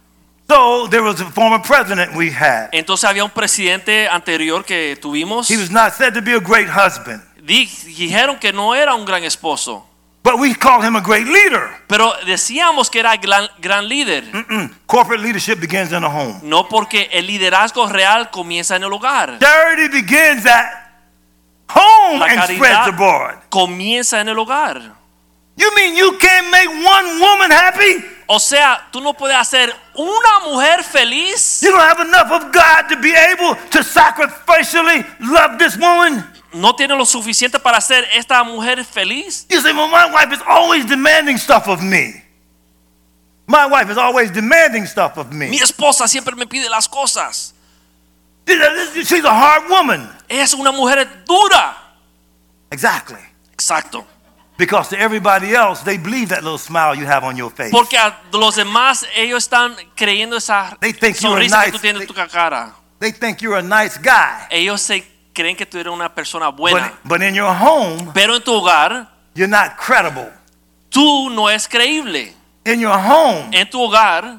Speaker 1: So there was a former president we had.
Speaker 2: Entonces había un presidente anterior que tuvimos.
Speaker 1: He was not said to be a great husband,
Speaker 2: Di- Dijeron que no era un gran esposo,
Speaker 1: but we called him a great leader.
Speaker 2: pero decíamos que era gran, gran líder.
Speaker 1: Mm-mm. Corporate leadership begins in the home.
Speaker 2: No porque el liderazgo real comienza en el hogar.
Speaker 1: Charity begins at home
Speaker 2: La
Speaker 1: and spreads
Speaker 2: caridad
Speaker 1: abroad.
Speaker 2: comienza en el hogar.
Speaker 1: You mean you can't make one woman happy?
Speaker 2: O sea, tú no puedes hacer una mujer feliz.
Speaker 1: You don't have enough of God to be able to sacrificially love this woman?
Speaker 2: No tienes lo suficiente para hacer esta mujer feliz.
Speaker 1: You say, well, my wife is always demanding stuff of me. My wife is always demanding stuff of
Speaker 2: Mi
Speaker 1: me.
Speaker 2: esposa siempre me pide las cosas.
Speaker 1: She's a hard woman.
Speaker 2: Es una mujer dura.
Speaker 1: Exactly.
Speaker 2: Exacto.
Speaker 1: Because to everybody else, they believe that little smile you have on your face.
Speaker 2: Porque a los demás ellos están creyendo esa
Speaker 1: They think you are
Speaker 2: sonrisa
Speaker 1: nice.
Speaker 2: que tú tienes en tu cara.
Speaker 1: They think you're a nice guy.
Speaker 2: Ellos se creen que tú eres una persona
Speaker 1: But,
Speaker 2: buena.
Speaker 1: but in your home,
Speaker 2: Pero en tu hogar,
Speaker 1: you're not credible.
Speaker 2: tú no es creíble.
Speaker 1: In your home,
Speaker 2: En tu hogar,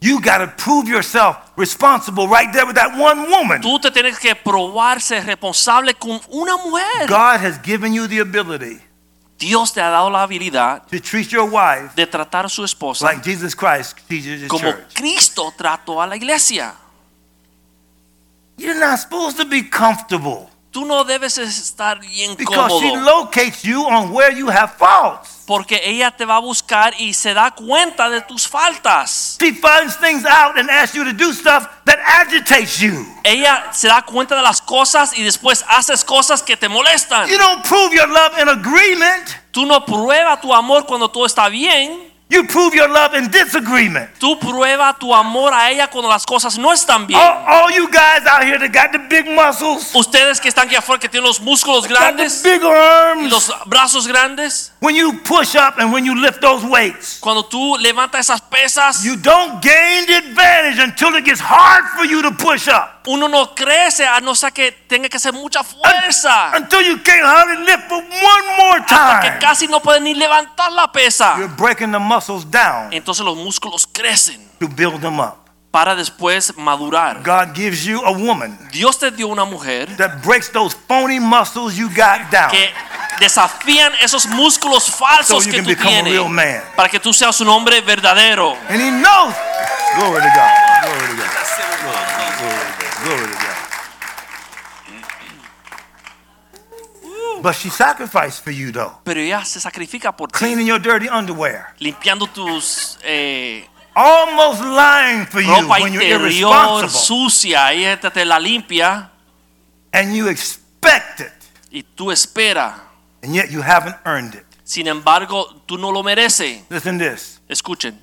Speaker 1: you got to prove yourself responsible right there with that one woman.
Speaker 2: tú te tienes que probarse responsable con una mujer.
Speaker 1: God has given you the ability
Speaker 2: Dios te ha dado la habilidad
Speaker 1: to treat your wife
Speaker 2: de tratar a su esposa
Speaker 1: like Jesus Christ treats his
Speaker 2: como
Speaker 1: church.
Speaker 2: Cristo trató a la iglesia.
Speaker 1: You're not supposed to be comfortable
Speaker 2: Tú no debes estar bien
Speaker 1: because she
Speaker 2: cómodo
Speaker 1: locates you on where you have faults.
Speaker 2: porque ella te va a buscar y se da cuenta de tus faltas.
Speaker 1: She finds things out and asks you to do stuff that agitates you.
Speaker 2: Ella se da cuenta de las cosas y después haces cosas que te molestan.
Speaker 1: You don't prove your love in agreement.
Speaker 2: Tú no prueba tu amor cuando todo está bien.
Speaker 1: You prove your love in disagreement.
Speaker 2: Tú prueba tu amor a ella cuando las cosas no están bien.
Speaker 1: All, all you guys out here that got the big muscles,
Speaker 2: Ustedes que están aquí afuera que tienen los músculos
Speaker 1: got the
Speaker 2: grandes,
Speaker 1: big arms,
Speaker 2: los brazos grandes,
Speaker 1: when you push up and when you lift those weights,
Speaker 2: cuando tú levantas esas pesas,
Speaker 1: you don't gain the advantage until it gets hard for you to push up.
Speaker 2: Uno no crece a no ser que tenga que hacer mucha fuerza.
Speaker 1: Until you can't hardly lift for one more
Speaker 2: Hasta que
Speaker 1: time.
Speaker 2: casi no puede ni levantar la pesa.
Speaker 1: You're breaking the muscles down
Speaker 2: Entonces los músculos crecen
Speaker 1: to build them up.
Speaker 2: para después madurar.
Speaker 1: God gives you a woman
Speaker 2: Dios te dio una mujer
Speaker 1: that breaks those phony muscles you got down
Speaker 2: que desafían esos músculos
Speaker 1: so
Speaker 2: falsos
Speaker 1: you
Speaker 2: que
Speaker 1: can
Speaker 2: tú
Speaker 1: become a
Speaker 2: tienes
Speaker 1: real man.
Speaker 2: para que tú seas un hombre verdadero.
Speaker 1: And he knows. Glory to God. Glory to God. Glory, glory to God. But she sacrificed for you though.
Speaker 2: Pero ella se sacrifica por ti,
Speaker 1: Cleaning your dirty underwear.
Speaker 2: limpiando tus eh,
Speaker 1: Almost lying for you
Speaker 2: ropa
Speaker 1: when you're
Speaker 2: interior
Speaker 1: irresponsible.
Speaker 2: sucia. Ella te, te la limpia
Speaker 1: And you expect it.
Speaker 2: y tú esperas.
Speaker 1: And yet you haven't earned it.
Speaker 2: Sin embargo, tú no lo mereces.
Speaker 1: Listen to this.
Speaker 2: Escuchen,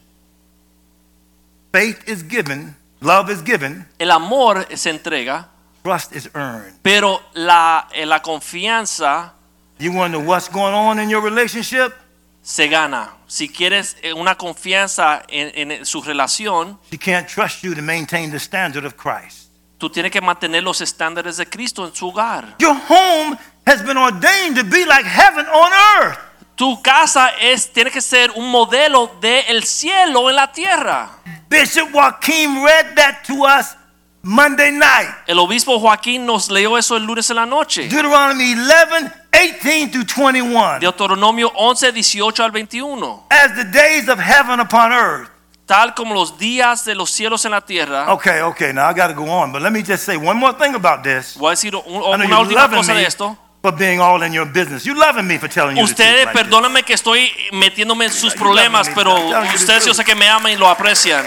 Speaker 1: Faith is given, love is given,
Speaker 2: el amor se entrega,
Speaker 1: trust is earned.
Speaker 2: pero la, eh, la confianza
Speaker 1: You wonder what's going on in your relationship?
Speaker 2: se gana. Si quieres eh, una confianza en, en su relación,
Speaker 1: She can't trust you to maintain the standard of Christ.
Speaker 2: tú tienes que mantener los estándares de Cristo en su hogar.
Speaker 1: Your home has been ordained to be like heaven on earth.
Speaker 2: Tu casa es, tiene que ser un modelo del el cielo en la tierra.
Speaker 1: Bishop Joaquim read that to us Monday night.
Speaker 2: El obispo Joaquín nos leyó eso el lunes en la noche.
Speaker 1: Deuteronomy 11, 18 through 21.
Speaker 2: Deuteronomio 11, 18 al 21.
Speaker 1: As the days of heaven upon earth.
Speaker 2: Tal como los días de los cielos en la tierra.
Speaker 1: Okay, okay, now I got to go on, but let me just say one more thing about this.
Speaker 2: Voy a decir un-
Speaker 1: I know
Speaker 2: una
Speaker 1: you're
Speaker 2: última
Speaker 1: loving
Speaker 2: cosa de
Speaker 1: me
Speaker 2: esto.
Speaker 1: for being all in your business. You're loving me for telling you the truth
Speaker 2: Ustedes,
Speaker 1: like this.
Speaker 2: perdónenme que estoy metiéndome en sus
Speaker 1: You
Speaker 2: problemas,
Speaker 1: love me,
Speaker 2: pero
Speaker 1: I'm telling you the
Speaker 2: ustedes yo
Speaker 1: truth.
Speaker 2: sé que me aman y lo aprecian.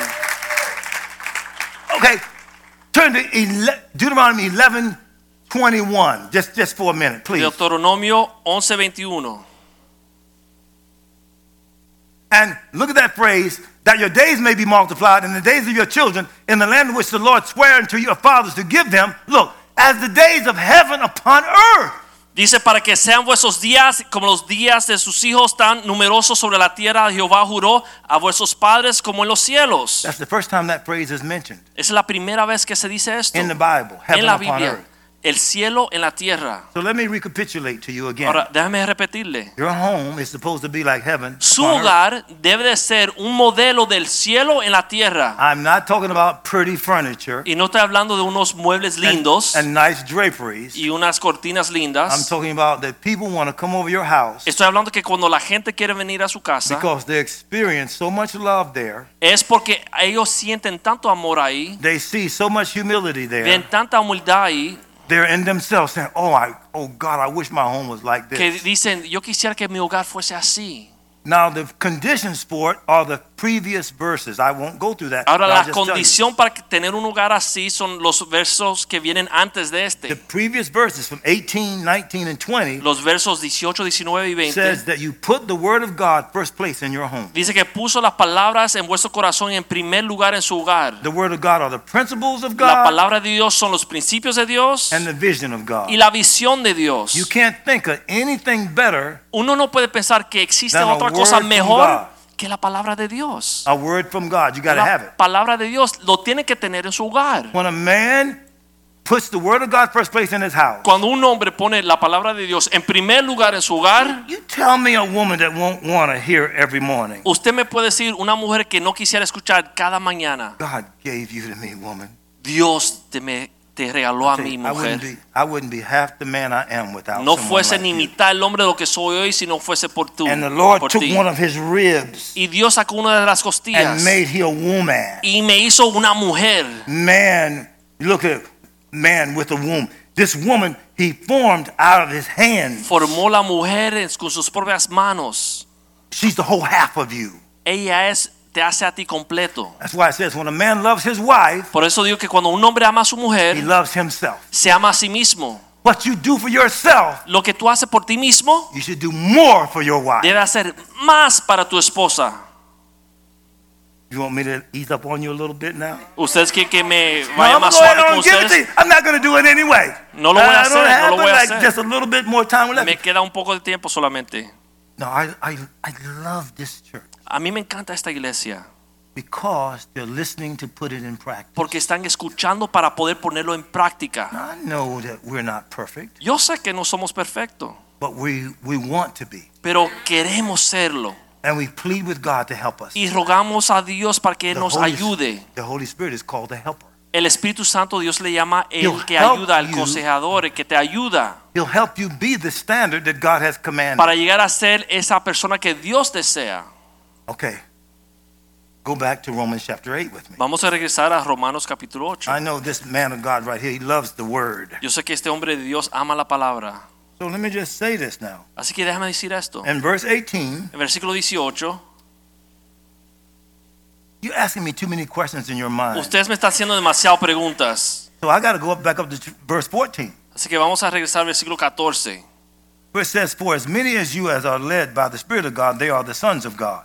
Speaker 1: Okay, turn to ele- Deuteronomy 11, 21, just, just for a minute, please.
Speaker 2: Deuteronomio 11:21.
Speaker 1: And look at that phrase that your days may be multiplied and the days of your children in the land which the Lord sware unto your fathers to give them. Look, as the days of heaven upon earth.
Speaker 2: Dice para que sean vuestros días como los días de sus hijos tan numerosos sobre la tierra. Jehová juró a vuestros padres como en los cielos. Esa
Speaker 1: That's the first time that phrase is mentioned
Speaker 2: es la primera vez que se dice esto
Speaker 1: in the Bible,
Speaker 2: en
Speaker 1: heaven
Speaker 2: la
Speaker 1: upon
Speaker 2: Biblia.
Speaker 1: earth.
Speaker 2: El cielo en la tierra.
Speaker 1: So let me recapitulate to you again.
Speaker 2: Ahora déjame repetirle.
Speaker 1: Your home is supposed to be like heaven.
Speaker 2: Su
Speaker 1: upon earth.
Speaker 2: hogar debe de ser un modelo del cielo en la tierra.
Speaker 1: I'm not talking about pretty furniture
Speaker 2: Y no estoy hablando de unos muebles
Speaker 1: and,
Speaker 2: lindos
Speaker 1: and nice draperies.
Speaker 2: y unas cortinas
Speaker 1: I'm
Speaker 2: lindas.
Speaker 1: talking about that people want to come over your house
Speaker 2: Estoy hablando que cuando la gente quiere venir a su casa
Speaker 1: because they experience so much love there.
Speaker 2: es porque ellos sienten tanto amor ahí,
Speaker 1: They see so much humility there.
Speaker 2: ven tanta humildad ahí
Speaker 1: they're in themselves saying, "Oh, I, oh God, I wish my home was like this."
Speaker 2: que dicen, yo quisiera que mi hogar fuese así.
Speaker 1: Now the conditions for it are the previous verses. I won't go through that. but
Speaker 2: Ahora
Speaker 1: I'll
Speaker 2: la
Speaker 1: just tell you.
Speaker 2: condición para que- tener un hogar así son los versos que vienen antes de
Speaker 1: the
Speaker 2: este.
Speaker 1: previous verses from 18, 19, and 20
Speaker 2: Los versos 18, 19 y 20.
Speaker 1: says that you put the word of God first place in your home.
Speaker 2: Dice que puso las palabras en vuestro corazón en primer lugar en su hogar.
Speaker 1: The word of God are the principles of
Speaker 2: La
Speaker 1: God
Speaker 2: palabra de Dios son los principios de Dios
Speaker 1: and the vision of God.
Speaker 2: y la visión de Dios.
Speaker 1: You can't think of anything better
Speaker 2: Uno no puede pensar que existe
Speaker 1: Than a
Speaker 2: otra cosa
Speaker 1: word from
Speaker 2: mejor
Speaker 1: God.
Speaker 2: que la palabra de Dios.
Speaker 1: a word from God. You got to have it.
Speaker 2: La palabra de Dios lo tiene que tener en su hogar.
Speaker 1: When a man puts the word of God first place in his house,
Speaker 2: Cuando un hombre pone la palabra de Dios en primer lugar en su hogar,
Speaker 1: you tell me a woman that won't want to hear every morning.
Speaker 2: usted me puede decir una mujer que no quisiera escuchar cada mañana,
Speaker 1: God gave you to me, woman.
Speaker 2: Dios te, me, te regaló a
Speaker 1: See,
Speaker 2: mi
Speaker 1: I wouldn't
Speaker 2: mujer.
Speaker 1: be I wouldn't be half the man I am without
Speaker 2: No
Speaker 1: someone
Speaker 2: fuese
Speaker 1: like
Speaker 2: ni
Speaker 1: you.
Speaker 2: mitad el hombre de lo que soy hoy si no fuese por tú.
Speaker 1: And the Lord
Speaker 2: por
Speaker 1: took
Speaker 2: ti.
Speaker 1: one of his ribs
Speaker 2: Y Dios sacó una de las costillas
Speaker 1: and made he a woman.
Speaker 2: y me hizo una mujer.
Speaker 1: Man, look at man with a womb. This woman he formed out of his hand.
Speaker 2: Formó la mujer en- con sus propias manos.
Speaker 1: She's the whole half of you.
Speaker 2: ella es te hace a ti completo.
Speaker 1: That's why it says when a man loves his wife,
Speaker 2: Por eso digo que cuando un hombre ama a su
Speaker 1: he
Speaker 2: mujer,
Speaker 1: loves himself.
Speaker 2: se ama a sí mismo.
Speaker 1: What you do for yourself,
Speaker 2: Lo que tú haces por ti mismo,
Speaker 1: you should do more for your wife.
Speaker 2: debe hacer más para tu esposa.
Speaker 1: You want me to ease up on you a little bit now?
Speaker 2: Ustedes quieren que me
Speaker 1: No,
Speaker 2: vaya
Speaker 1: I'm
Speaker 2: más
Speaker 1: gonna go
Speaker 2: suave
Speaker 1: ahead
Speaker 2: con
Speaker 1: and give it to
Speaker 2: ustedes.
Speaker 1: you. I'm not going to do it anyway.
Speaker 2: No lo voy a
Speaker 1: I don't
Speaker 2: hacer, no
Speaker 1: have
Speaker 2: lo voy a
Speaker 1: like
Speaker 2: hacer.
Speaker 1: just a little bit more time left.
Speaker 2: Me queda un poco de tiempo solamente.
Speaker 1: No, I, I, I love this church.
Speaker 2: A mí me encanta esta iglesia.
Speaker 1: because they're listening to put it in practice.
Speaker 2: porque están escuchando para poder ponerlo en práctica.
Speaker 1: I know that we're not perfect,
Speaker 2: Yo sé que no somos perfectos,
Speaker 1: but we, we want to be.
Speaker 2: pero queremos serlo
Speaker 1: And we plead with God to help us.
Speaker 2: y rogamos a Dios para que
Speaker 1: The
Speaker 2: nos
Speaker 1: Holy-
Speaker 2: ayude.
Speaker 1: the Holy Spirit is called the helper.
Speaker 2: El Espíritu Santo Dios le llama el
Speaker 1: He'll
Speaker 2: que
Speaker 1: help
Speaker 2: ayuda, el
Speaker 1: you.
Speaker 2: consejador, el que te ayuda
Speaker 1: He'll help you be the standard that God has commanded.
Speaker 2: para llegar a ser esa persona que Dios desea.
Speaker 1: Okay. Go back to Romans chapter 8 with me.
Speaker 2: Vamos a regresar a Romanos capítulo 8.
Speaker 1: I know this man of God right here, he loves the word.
Speaker 2: Yo sé que este hombre de Dios ama la palabra.
Speaker 1: So let me just say this now.
Speaker 2: Así que déjame decir esto.
Speaker 1: In verse 18,
Speaker 2: En versículo 18,
Speaker 1: you're asking me too many questions in your mind.
Speaker 2: ustedes me están haciendo demasiadas preguntas.
Speaker 1: So I got to go up back up to t- verse 14.
Speaker 2: Así que vamos a regresar al versículo 14.
Speaker 1: Where it says, For as many as you as are led by the Spirit of God, they are the sons of God.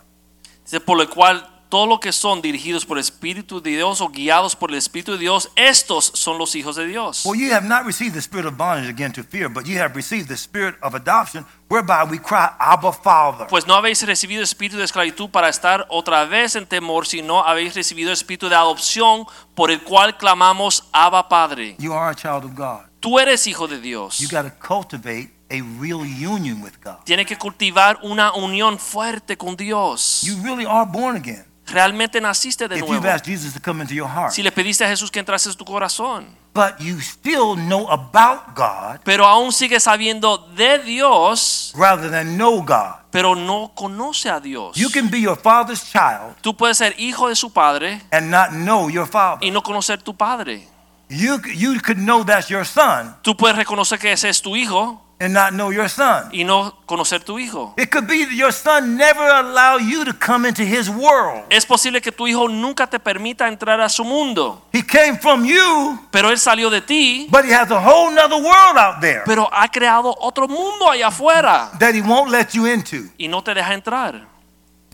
Speaker 2: Dice, por lo cual todo lo que son dirigidos por el Espíritu de Dios o guiados por el Espíritu de Dios, estos son los hijos de Dios.
Speaker 1: For you have not received the spirit of bondage again to fear, but you have received the spirit of adoption, whereby we cry, Abba, Father.
Speaker 2: Pues no habéis recibido espíritu de esclavitud para estar otra vez en temor, sino habéis recibido espíritu de adopción por el cual clamamos Abba Padre.
Speaker 1: You are a child of God.
Speaker 2: Tú eres hijo de Dios.
Speaker 1: You got to cultivate a real union with God.
Speaker 2: Tiene que cultivar una unión fuerte con Dios.
Speaker 1: You really are born again.
Speaker 2: Realmente naciste de
Speaker 1: If
Speaker 2: nuevo.
Speaker 1: you've asked Jesus to come into your heart,
Speaker 2: Si le pediste a Jesús que entrase en tu corazón,
Speaker 1: but you still know about God
Speaker 2: pero aún sigues sabiendo de Dios,
Speaker 1: rather than know God.
Speaker 2: pero no conoce a Dios.
Speaker 1: You can be your father's child
Speaker 2: Tú puedes ser hijo de su padre
Speaker 1: and not know your father.
Speaker 2: y no conocer tu padre.
Speaker 1: You, c- you could know that's your son
Speaker 2: Tú puedes reconocer que ese es tu hijo
Speaker 1: and not know your son.
Speaker 2: y no conocer tu hijo.
Speaker 1: It could be that your son never allow you to come into his world.
Speaker 2: Es posible que tu hijo nunca te permita entrar a su mundo,
Speaker 1: He came from you,
Speaker 2: pero él salió de ti,
Speaker 1: but he has a whole nother world out there
Speaker 2: pero ha creado otro mundo allá afuera
Speaker 1: that he won't let you into.
Speaker 2: y no te deja entrar.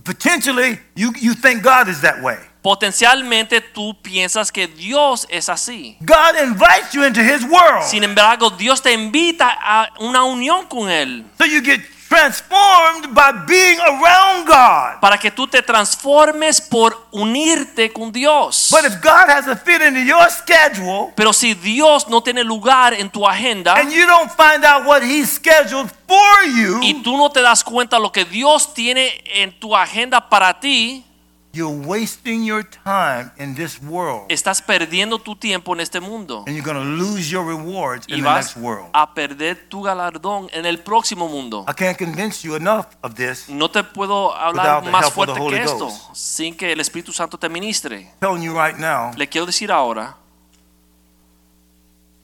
Speaker 1: Potentially, you, you think God is that way.
Speaker 2: Potencialmente tú piensas que Dios es así.
Speaker 1: God invites you into his world.
Speaker 2: Sin embargo, Dios te invita a una unión con Él
Speaker 1: So you get transformed by being around God.
Speaker 2: para que tú te transformes por unirte con Dios.
Speaker 1: But if God has a fit into your schedule
Speaker 2: Pero si Dios no tiene lugar en tu agenda
Speaker 1: and you don't find out what he's scheduled for
Speaker 2: y
Speaker 1: you,
Speaker 2: tú no te das cuenta lo que Dios tiene en tu agenda para ti,
Speaker 1: you're wasting your time in this world
Speaker 2: estás perdiendo tu tiempo en este mundo
Speaker 1: and you're going to lose your rewards
Speaker 2: y
Speaker 1: in the next
Speaker 2: vas
Speaker 1: world.
Speaker 2: a perder tu galardón en el próximo mundo.
Speaker 1: I can't convince you enough of this.
Speaker 2: No te puedo hablar
Speaker 1: Without the
Speaker 2: más
Speaker 1: help of the
Speaker 2: fuerte
Speaker 1: Holy
Speaker 2: que esto
Speaker 1: Ghost.
Speaker 2: sin que el Espíritu Santo te ministre.
Speaker 1: I'm telling you right now,
Speaker 2: Le quiero decir ahora,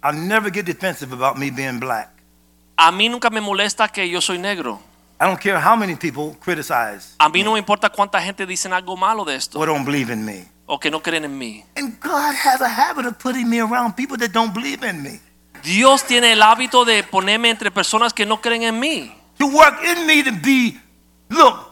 Speaker 1: I never get defensive about me being black.
Speaker 2: a mí nunca me molesta que yo soy negro.
Speaker 1: I don't care how many people criticize
Speaker 2: A mí no me importa cuánta gente dicen algo malo de esto
Speaker 1: or don't believe in me.
Speaker 2: o que no creen en mí.
Speaker 1: And God has a habit of putting me around people that don't believe in me.
Speaker 2: Dios tiene el hábito de ponerme entre personas que no creen en mí.
Speaker 1: to work in me to be, look,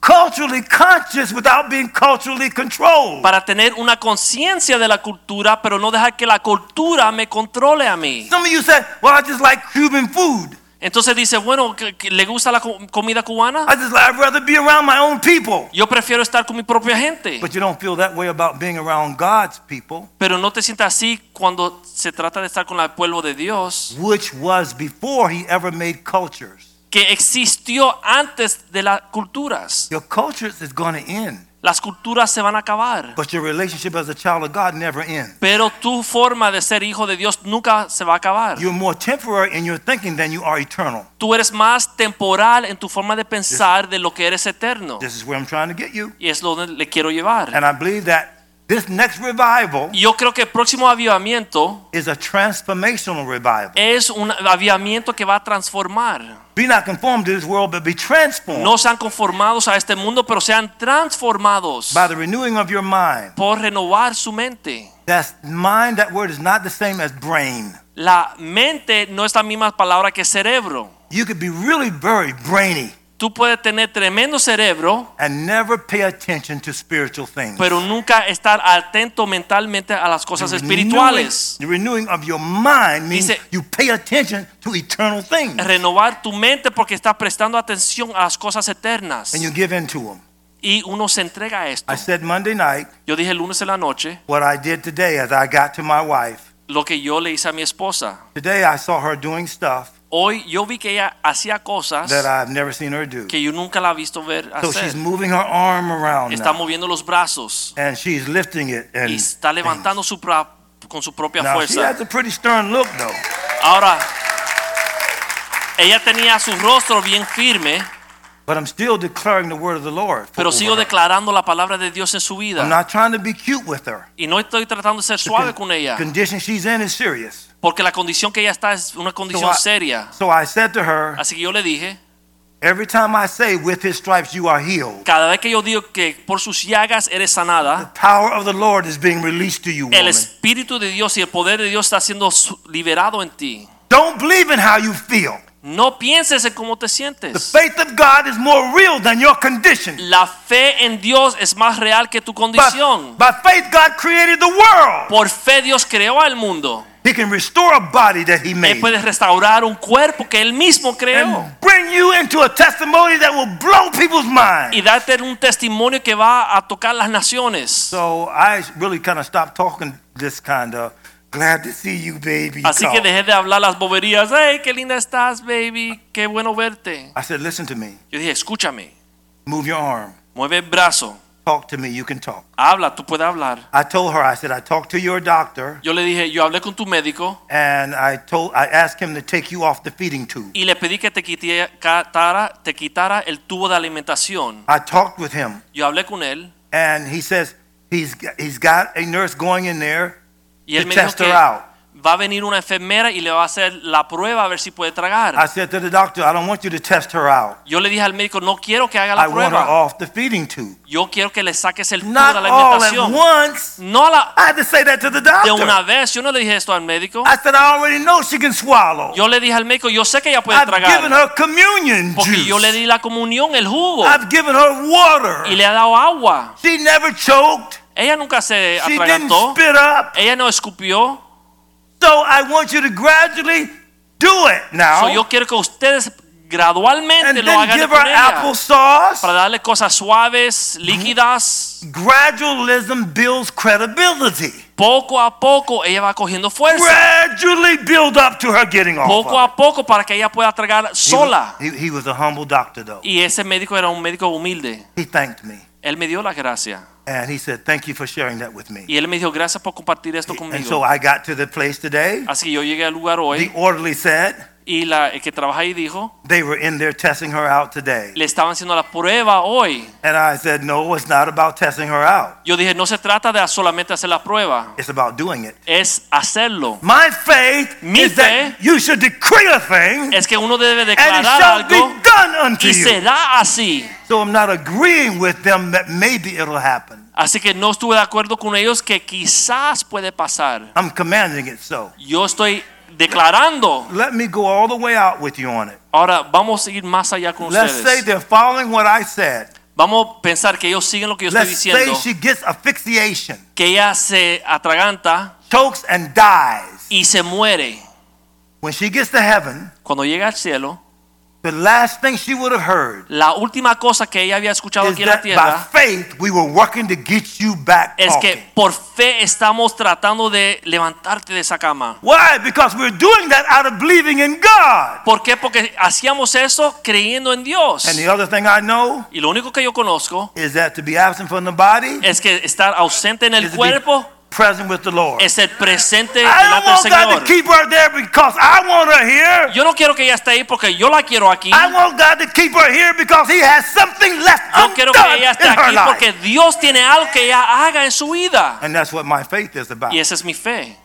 Speaker 1: culturally conscious without being culturally controlled.
Speaker 2: para tener una conciencia de la cultura, pero no dejar que la cultura me controle a mí.
Speaker 1: Some of you said, well, I just like Cuban food.
Speaker 2: Entonces dice, bueno, ¿que- que ¿le gusta la co- comida cubana?
Speaker 1: I just like, I'd rather be around my own people.
Speaker 2: Yo prefiero estar con mi propia gente,
Speaker 1: But you don't feel that way about being around God's people,
Speaker 2: pero no te sientas así cuando se trata de estar con el pueblo de Dios,
Speaker 1: which was before he ever made cultures.
Speaker 2: que existió antes de las culturas.
Speaker 1: Your cultures is going to end,
Speaker 2: Las culturas se van a acabar,
Speaker 1: but your relationship as a child of God never ends.
Speaker 2: pero tu forma de ser hijo de Dios nunca se va a acabar.
Speaker 1: You're more temporary in your thinking than you are eternal.
Speaker 2: Tú eres más temporal en tu forma de pensar de lo que eres eterno,
Speaker 1: This is where I'm trying to get you.
Speaker 2: y es lo donde le quiero llevar.
Speaker 1: And I believe that this next revival
Speaker 2: Y Yo creo que el próximo avivamiento
Speaker 1: is a transformational revival.
Speaker 2: es un avivamiento que va a transformar.
Speaker 1: Be not conformed to this world, but be transformed
Speaker 2: No sean conformados a este mundo, pero sean transformados
Speaker 1: by the renewing of your mind.
Speaker 2: por renovar su mente.
Speaker 1: That's mind, that word is not the same as brain.
Speaker 2: La mente no es la misma palabra que cerebro.
Speaker 1: You could be really very brainy
Speaker 2: Tú puedes tener tremendo cerebro,
Speaker 1: and never pay attention to spiritual things.
Speaker 2: pero nunca estar atento mentalmente a las
Speaker 1: The
Speaker 2: cosas
Speaker 1: renewing-
Speaker 2: espirituales.
Speaker 1: The renewing of your mind means
Speaker 2: Dice-
Speaker 1: you pay attention to eternal things
Speaker 2: Renovar tu mente porque estás prestando atención a las cosas eternas
Speaker 1: and you give in to them.
Speaker 2: y uno se entrega a esto.
Speaker 1: I said Monday night,
Speaker 2: Yo dije el lunes en la noche
Speaker 1: what I did today as I got to my wife.
Speaker 2: lo que yo le hice a mi esposa.
Speaker 1: Today I saw her doing stuff
Speaker 2: Hoy yo vi que ella hacía cosas
Speaker 1: that I've never seen her do.
Speaker 2: que yo nunca la he visto ver
Speaker 1: So she's
Speaker 2: hacer.
Speaker 1: moving her arm around
Speaker 2: Está
Speaker 1: now,
Speaker 2: moviendo los brazos
Speaker 1: and she's lifting it. And
Speaker 2: y está levantando su pra- con su propia
Speaker 1: now she
Speaker 2: fuerza.
Speaker 1: has a pretty stern look though.
Speaker 2: Ahora, ella tenía su rostro bien firme,
Speaker 1: But I'm still declaring the word of the Lord. for-
Speaker 2: pero
Speaker 1: over
Speaker 2: sigo
Speaker 1: her.
Speaker 2: declarando la palabra de Dios en su
Speaker 1: I'm
Speaker 2: vida.
Speaker 1: not trying to be cute with her.
Speaker 2: Y no estoy tratando de ser
Speaker 1: The
Speaker 2: suave
Speaker 1: con-
Speaker 2: con ella,
Speaker 1: condition she's in is serious.
Speaker 2: porque la condición que ella está es una condición
Speaker 1: I-
Speaker 2: seria.
Speaker 1: So I said to her,
Speaker 2: Así que yo le dije,
Speaker 1: every time I say, with his stripes you are healed,
Speaker 2: cada vez que yo digo que por sus llagas eres sanada,
Speaker 1: power of the Lord is being released to you,
Speaker 2: el
Speaker 1: woman.
Speaker 2: Espíritu de Dios y el poder de Dios está siendo su- liberado en ti.
Speaker 1: Don't believe in how you feel.
Speaker 2: No pienses en cómo te
Speaker 1: The
Speaker 2: sientes.
Speaker 1: faith of God is more real than your condition.
Speaker 2: La fe en Dios es más real que tu
Speaker 1: By,
Speaker 2: condición.
Speaker 1: by faith, God created the world.
Speaker 2: Por fe Dios creó al mundo.
Speaker 1: He can restore a body that He
Speaker 2: Él
Speaker 1: made
Speaker 2: puede restaurar un cuerpo que Él mismo creó
Speaker 1: and bring you into a testimony that will blow people's
Speaker 2: y
Speaker 1: minds.
Speaker 2: darte un testimonio que va a tocar las naciones.
Speaker 1: So I really kind of stopped talking this kind of. Glad to see you, baby.
Speaker 2: Así que
Speaker 1: talk.
Speaker 2: dejé de hablar las boberías. ¡Hey, qué linda estás, baby! ¡Qué bueno verte!
Speaker 1: I said, listen to me.
Speaker 2: Yo dije, escúchame,
Speaker 1: Move your arm.
Speaker 2: mueve el brazo,
Speaker 1: Talk to me. You can talk.
Speaker 2: habla, tú puedes hablar.
Speaker 1: I told her. I said, I talked to your doctor,
Speaker 2: Yo le dije, yo hablé con tu médico
Speaker 1: and I told. I asked him to take you off the feeding tube.
Speaker 2: y le pedí que te quiti- catara- te quitara el tubo de alimentación.
Speaker 1: I talked with him.
Speaker 2: Yo hablé con él
Speaker 1: and he says he's he's got a nurse going in there
Speaker 2: y él
Speaker 1: to
Speaker 2: me dijo
Speaker 1: test her
Speaker 2: que
Speaker 1: out.
Speaker 2: va a venir una enfermera y le va a hacer la prueba a ver si puede
Speaker 1: I
Speaker 2: tragar.
Speaker 1: said to the doctor, I don't want you to test her out.
Speaker 2: Yo le dije al médico, no quiero que haga
Speaker 1: I
Speaker 2: la
Speaker 1: want her
Speaker 2: prueba.
Speaker 1: off the feeding tube.
Speaker 2: Yo quiero que le saques el tubo
Speaker 1: Not
Speaker 2: de la
Speaker 1: all at
Speaker 2: alimentación.
Speaker 1: once.
Speaker 2: No a la
Speaker 1: I had to say that to the
Speaker 2: de una
Speaker 1: doctor.
Speaker 2: vez. Yo no le dije esto al médico.
Speaker 1: I said, I already know she can swallow.
Speaker 2: Yo le dije al médico, yo sé que ella puede
Speaker 1: I've given
Speaker 2: tragar.
Speaker 1: her communion
Speaker 2: Porque yo le
Speaker 1: juice.
Speaker 2: di la comunión, el jugo.
Speaker 1: I've given her
Speaker 2: Y
Speaker 1: water.
Speaker 2: le ha dado agua.
Speaker 1: She never choked.
Speaker 2: Ella nunca se
Speaker 1: She didn't
Speaker 2: atragantó.
Speaker 1: spit up.
Speaker 2: Ella no escupió.
Speaker 1: So I want you to gradually do it
Speaker 2: So,
Speaker 1: now.
Speaker 2: yo quiero que ustedes
Speaker 1: And
Speaker 2: gradualmente lo
Speaker 1: then
Speaker 2: hagan
Speaker 1: give her
Speaker 2: con ella. Para
Speaker 1: applesauce.
Speaker 2: darle cosas suaves, líquidas.
Speaker 1: Gradualism builds credibility.
Speaker 2: Poco a poco ella va cogiendo fuerza.
Speaker 1: gradually build up to her getting off.
Speaker 2: Poco
Speaker 1: of
Speaker 2: a poco para que ella pueda tragar
Speaker 1: it.
Speaker 2: sola.
Speaker 1: He was, he, he was a humble doctor, though.
Speaker 2: Y ese médico era un médico humilde.
Speaker 1: He thanked me
Speaker 2: Él me dio la gracia.
Speaker 1: and he said, "Thank you for sharing that with me."
Speaker 2: Y él me dijo, gracias por compartir esto
Speaker 1: And so
Speaker 2: conmigo.
Speaker 1: I got to the place today.
Speaker 2: Así que yo llegué al lugar
Speaker 1: The
Speaker 2: hoy
Speaker 1: orderly said
Speaker 2: y la el que trabaja ahí dijo,
Speaker 1: they were in there testing her out today,
Speaker 2: le estaban haciendo la prueba hoy.
Speaker 1: and I said, "No, it's not about testing her out.
Speaker 2: Yo dije, no se trata de solamente hacer la prueba,
Speaker 1: It's about doing it."
Speaker 2: es hacerlo.
Speaker 1: My faith
Speaker 2: Mi
Speaker 1: is that
Speaker 2: fe-
Speaker 1: you should decree a thing,
Speaker 2: Es que uno debe
Speaker 1: and it
Speaker 2: declarar
Speaker 1: shall
Speaker 2: algo
Speaker 1: be done unto
Speaker 2: y
Speaker 1: you.
Speaker 2: será así.
Speaker 1: So I'm not agreeing with them that maybe it'll happen.
Speaker 2: Así que no estuve de acuerdo con ellos que quizás puede pasar.
Speaker 1: I'm commanding it so.
Speaker 2: Yo estoy declarando.
Speaker 1: Let me go all the way out with you on it.
Speaker 2: Ahora vamos a ir más allá con
Speaker 1: Let's say
Speaker 2: ustedes.
Speaker 1: they're following what I said.
Speaker 2: Vamos a pensar que ellos siguen lo que yo estoy
Speaker 1: Let's say
Speaker 2: diciendo,
Speaker 1: she gets asphyxiation,
Speaker 2: que ella se atraganta
Speaker 1: chokes, and dies.
Speaker 2: y se muere.
Speaker 1: When she gets to heaven,
Speaker 2: Cuando llega al cielo,
Speaker 1: the last thing she would have heard
Speaker 2: la última cosa que ella había escuchado
Speaker 1: is
Speaker 2: aquí en la
Speaker 1: that by
Speaker 2: tierra
Speaker 1: faith we were working to get you back
Speaker 2: es
Speaker 1: talking.
Speaker 2: que por fe estamos tratando de levantarte de esa cama.
Speaker 1: Why? Because we're doing that out of believing in God.
Speaker 2: ¿Por qué? Porque hacíamos eso creyendo en Dios.
Speaker 1: And the other thing I know
Speaker 2: Y lo único que yo conozco
Speaker 1: is that to be absent from the body
Speaker 2: es que estar ausente en
Speaker 1: is
Speaker 2: el
Speaker 1: to
Speaker 2: cuerpo
Speaker 1: be present with the Lord.
Speaker 2: es el presente
Speaker 1: I don't
Speaker 2: delante del
Speaker 1: want God
Speaker 2: Señor.
Speaker 1: to keep her there because I want her here.
Speaker 2: Yo no quiero que ella esté ahí porque yo la quiero aquí.
Speaker 1: I want God to keep her here because He has something left
Speaker 2: Yo quiero que
Speaker 1: undone
Speaker 2: ella esté
Speaker 1: in her
Speaker 2: aquí
Speaker 1: life.
Speaker 2: porque Dios tiene algo que ella haga en su vida.
Speaker 1: And that's what my faith is about.
Speaker 2: Y esa es mi fe.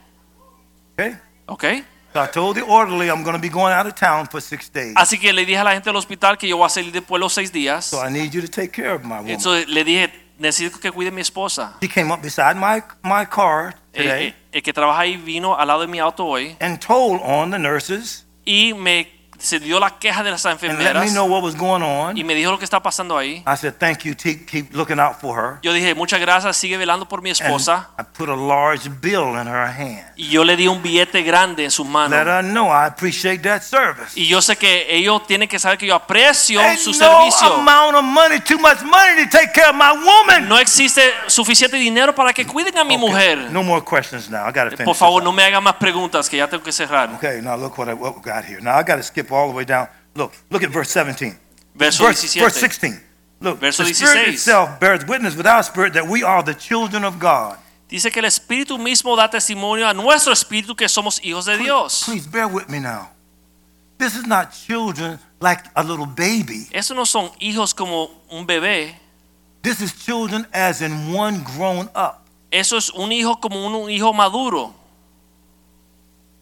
Speaker 1: Okay?
Speaker 2: ¿Ok?
Speaker 1: So I told the orderly I'm going to be going out of town for six days.
Speaker 2: Así que le dije a la gente del hospital que yo voy a salir después los seis días.
Speaker 1: So I need you to take care of my woman.
Speaker 2: Entonces le dije, necesito que cuide a mi esposa. Eh,
Speaker 1: he came up beside my, my car
Speaker 2: El,
Speaker 1: today
Speaker 2: el- el que trabaja ahí vino al lado de mi auto hoy
Speaker 1: and told on the nurses
Speaker 2: y me se dio la queja de las
Speaker 1: and let me
Speaker 2: enfermeras
Speaker 1: know what was going
Speaker 2: y
Speaker 1: on.
Speaker 2: me dijo lo que está pasando ahí.
Speaker 1: I said, Thank you, T- keep looking out for her.
Speaker 2: Yo dije, muchas gracias, sigue velando por mi
Speaker 1: And
Speaker 2: esposa.
Speaker 1: I put a large bill in her hand.
Speaker 2: Y yo le di un billete grande en sus
Speaker 1: Let
Speaker 2: manos.
Speaker 1: her know I appreciate that service.
Speaker 2: Y yo sé que ellos tienen que saber que yo aprecio
Speaker 1: Ain't
Speaker 2: su
Speaker 1: no
Speaker 2: servicio.
Speaker 1: amount of money, too much money to take care of my woman.
Speaker 2: No existe suficiente dinero para que cuiden a mi
Speaker 1: Okay,
Speaker 2: mujer.
Speaker 1: No more questions now. I got to finish.
Speaker 2: Por favor,
Speaker 1: this
Speaker 2: no
Speaker 1: up.
Speaker 2: me hagan más preguntas, que ya tengo que cerrar.
Speaker 1: Okay, now look what I what we got here. Now I got to skip all the way down. Look, look at verse 17.
Speaker 2: Verso
Speaker 1: Verse, verse
Speaker 2: 17.
Speaker 1: 16. Look,
Speaker 2: Verso
Speaker 1: the Spirit
Speaker 2: 16.
Speaker 1: itself bears witness with our spirit that we are the children of God.
Speaker 2: Dice que el Espíritu mismo da testimonio a nuestro Espíritu que somos hijos de Dios.
Speaker 1: Please bear with me now. This is not children like a little baby.
Speaker 2: Eso no son hijos como un bebé.
Speaker 1: This is children as in one grown up.
Speaker 2: Eso es un hijo como un, un hijo maduro.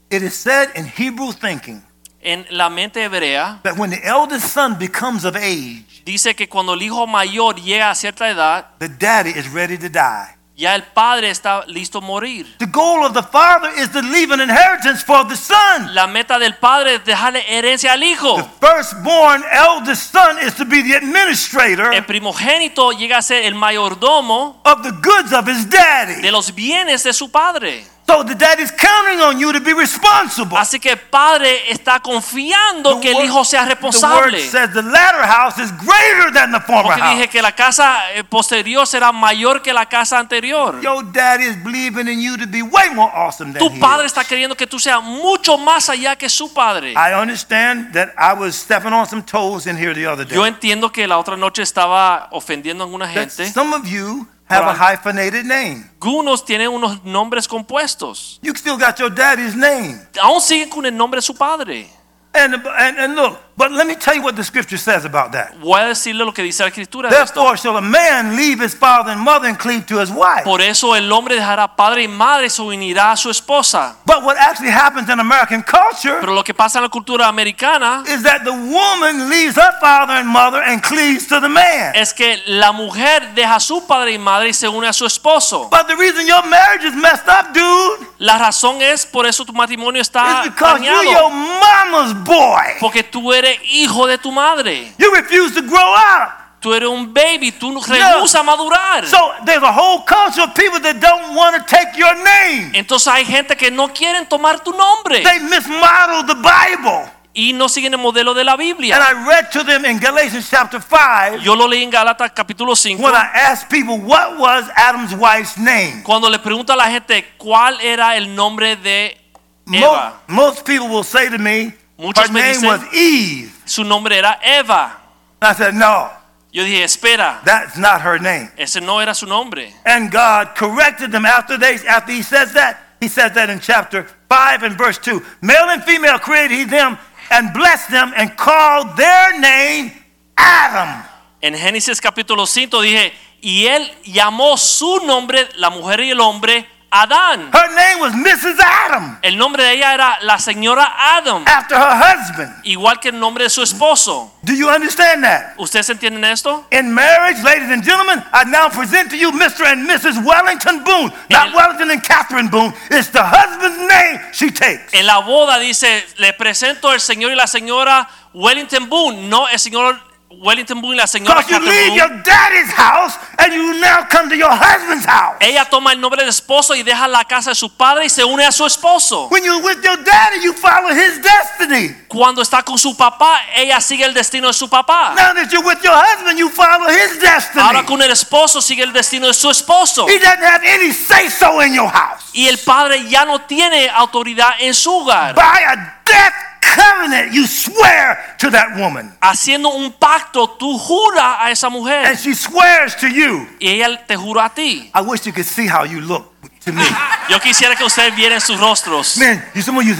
Speaker 1: It is said in Hebrew thinking
Speaker 2: En la mente hebrea
Speaker 1: that when the eldest son becomes of age,
Speaker 2: dice que cuando el hijo mayor llega a cierta edad,
Speaker 1: the daddy is ready to die.
Speaker 2: ya el padre está listo a morir.
Speaker 1: The goal of the father is to leave an inheritance for the son.
Speaker 2: La meta del padre es dejarle herencia al hijo.
Speaker 1: The firstborn eldest son is to be the administrator
Speaker 2: El primogénito llega a ser el mayordomo
Speaker 1: of the goods of his
Speaker 2: de
Speaker 1: daddy.
Speaker 2: los bienes de su padre.
Speaker 1: So the daddy's counting on you to be responsible.
Speaker 2: Así que el padre está confiando que el
Speaker 1: word-
Speaker 2: hijo sea
Speaker 1: The word
Speaker 2: responsable.
Speaker 1: says the latter house is greater than the former
Speaker 2: Porque
Speaker 1: house.
Speaker 2: dije que la casa eh, posterior será mayor que la casa anterior.
Speaker 1: Your daddy is believing in you to be way more awesome than
Speaker 2: Tu
Speaker 1: he
Speaker 2: padre
Speaker 1: is.
Speaker 2: está queriendo que tú seas mucho más allá que su padre.
Speaker 1: I understand that I was stepping on some toes in here the other day.
Speaker 2: Yo entiendo que la otra noche estaba ofendiendo a alguna
Speaker 1: That
Speaker 2: gente.
Speaker 1: some of you have a
Speaker 2: Right.
Speaker 1: hyphenated name.
Speaker 2: Algunos tienen unos nombres compuestos.
Speaker 1: You still got your daddy's name.
Speaker 2: Aún siguen con el nombre de su padre.
Speaker 1: And, and, and look, but let me tell you what the scripture says about that.
Speaker 2: Voy a decirle lo que dice la escritura. de esto.
Speaker 1: Therefore, shall a man leave his father and mother and cleave to his wife.
Speaker 2: Por eso el hombre dejará padre y madre y se unirá a su esposa.
Speaker 1: But what actually happens in American culture
Speaker 2: Pero lo que pasa en la cultura americana
Speaker 1: is that the woman leaves her father and mother and cleaves to the man.
Speaker 2: es que la mujer deja a su padre y madre y se une a su esposo.
Speaker 1: But the reason your marriage is messed up, dude,
Speaker 2: La razón es por eso tu matrimonio está
Speaker 1: is because you're your
Speaker 2: dañado.
Speaker 1: mama's boy.
Speaker 2: Porque tú eres hijo de tu madre.
Speaker 1: You refuse to grow up.
Speaker 2: Tú eres un baby. Tú no rehusas a madurar.
Speaker 1: So there's a whole culture of people that don't want to take your name.
Speaker 2: Entonces hay gente que no quieren tomar tu nombre
Speaker 1: They mismodel the Bible.
Speaker 2: y no siguen el modelo de la
Speaker 1: And
Speaker 2: Biblia.
Speaker 1: I read to them in Galatians chapter 5
Speaker 2: Yo lo leí en Gálatas capítulo 5
Speaker 1: when I asked people what was Adam's wife's name.
Speaker 2: cuando le pregunta a la gente cuál era el nombre de
Speaker 1: Most,
Speaker 2: Eva.
Speaker 1: most people will say to me,
Speaker 2: Muchos
Speaker 1: her
Speaker 2: me
Speaker 1: name
Speaker 2: dicen-
Speaker 1: was Eve.
Speaker 2: Su nombre era Eva.
Speaker 1: I said, no,
Speaker 2: Yo dije, espera,
Speaker 1: that's not her name.
Speaker 2: ese no era su nombre.
Speaker 1: And God corrected them after they after he says that. He says that in chapter 5 and verse 2. Male and female created he them and blessed them and called their name Adam.
Speaker 2: En Génesis capítulo 5 dije, y él llamó su nombre, la mujer y el hombre, Adán.
Speaker 1: Her name was Mrs. Adam
Speaker 2: El nombre de ella era la señora Adam,
Speaker 1: after her husband.
Speaker 2: igual que el nombre de su esposo.
Speaker 1: Do you understand that?
Speaker 2: ¿Ustedes entienden esto?
Speaker 1: In marriage, ladies and gentlemen, I now present to you Mr. and Mrs. Wellington Boone. Not
Speaker 2: And-
Speaker 1: Wellington and Catherine Boone. It's the husband's name she takes.
Speaker 2: En la boda dice, le presento el señor y la señora Wellington Boone, no el señor Wellington Boone y la señora
Speaker 1: Because you
Speaker 2: Catherine
Speaker 1: leave
Speaker 2: Boone.
Speaker 1: your daddy's house and you now come to your husband's house.
Speaker 2: Ella toma el nombre de esposo y deja la casa de su padre y se une a su esposo.
Speaker 1: When you're with your daddy, you follow his destiny.
Speaker 2: Cuando está con su papá, ella sigue el destino de su papá.
Speaker 1: Now that you're with your husband, you follow his destiny.
Speaker 2: Ahora con el esposo sigue el destino de su esposo.
Speaker 1: He doesn't have any say so in your house.
Speaker 2: Y el padre ya no tiene autoridad en su hogar.
Speaker 1: By a death covenant, you swear to that woman,
Speaker 2: Haciendo un pacto, tú juras a esa
Speaker 1: and
Speaker 2: mujer
Speaker 1: she swears to you.
Speaker 2: y ella te jura a ti.
Speaker 1: I wish you could see how you look to me.
Speaker 2: Yo quisiera que ustedes vieran sus rostros.
Speaker 1: Man, you someone you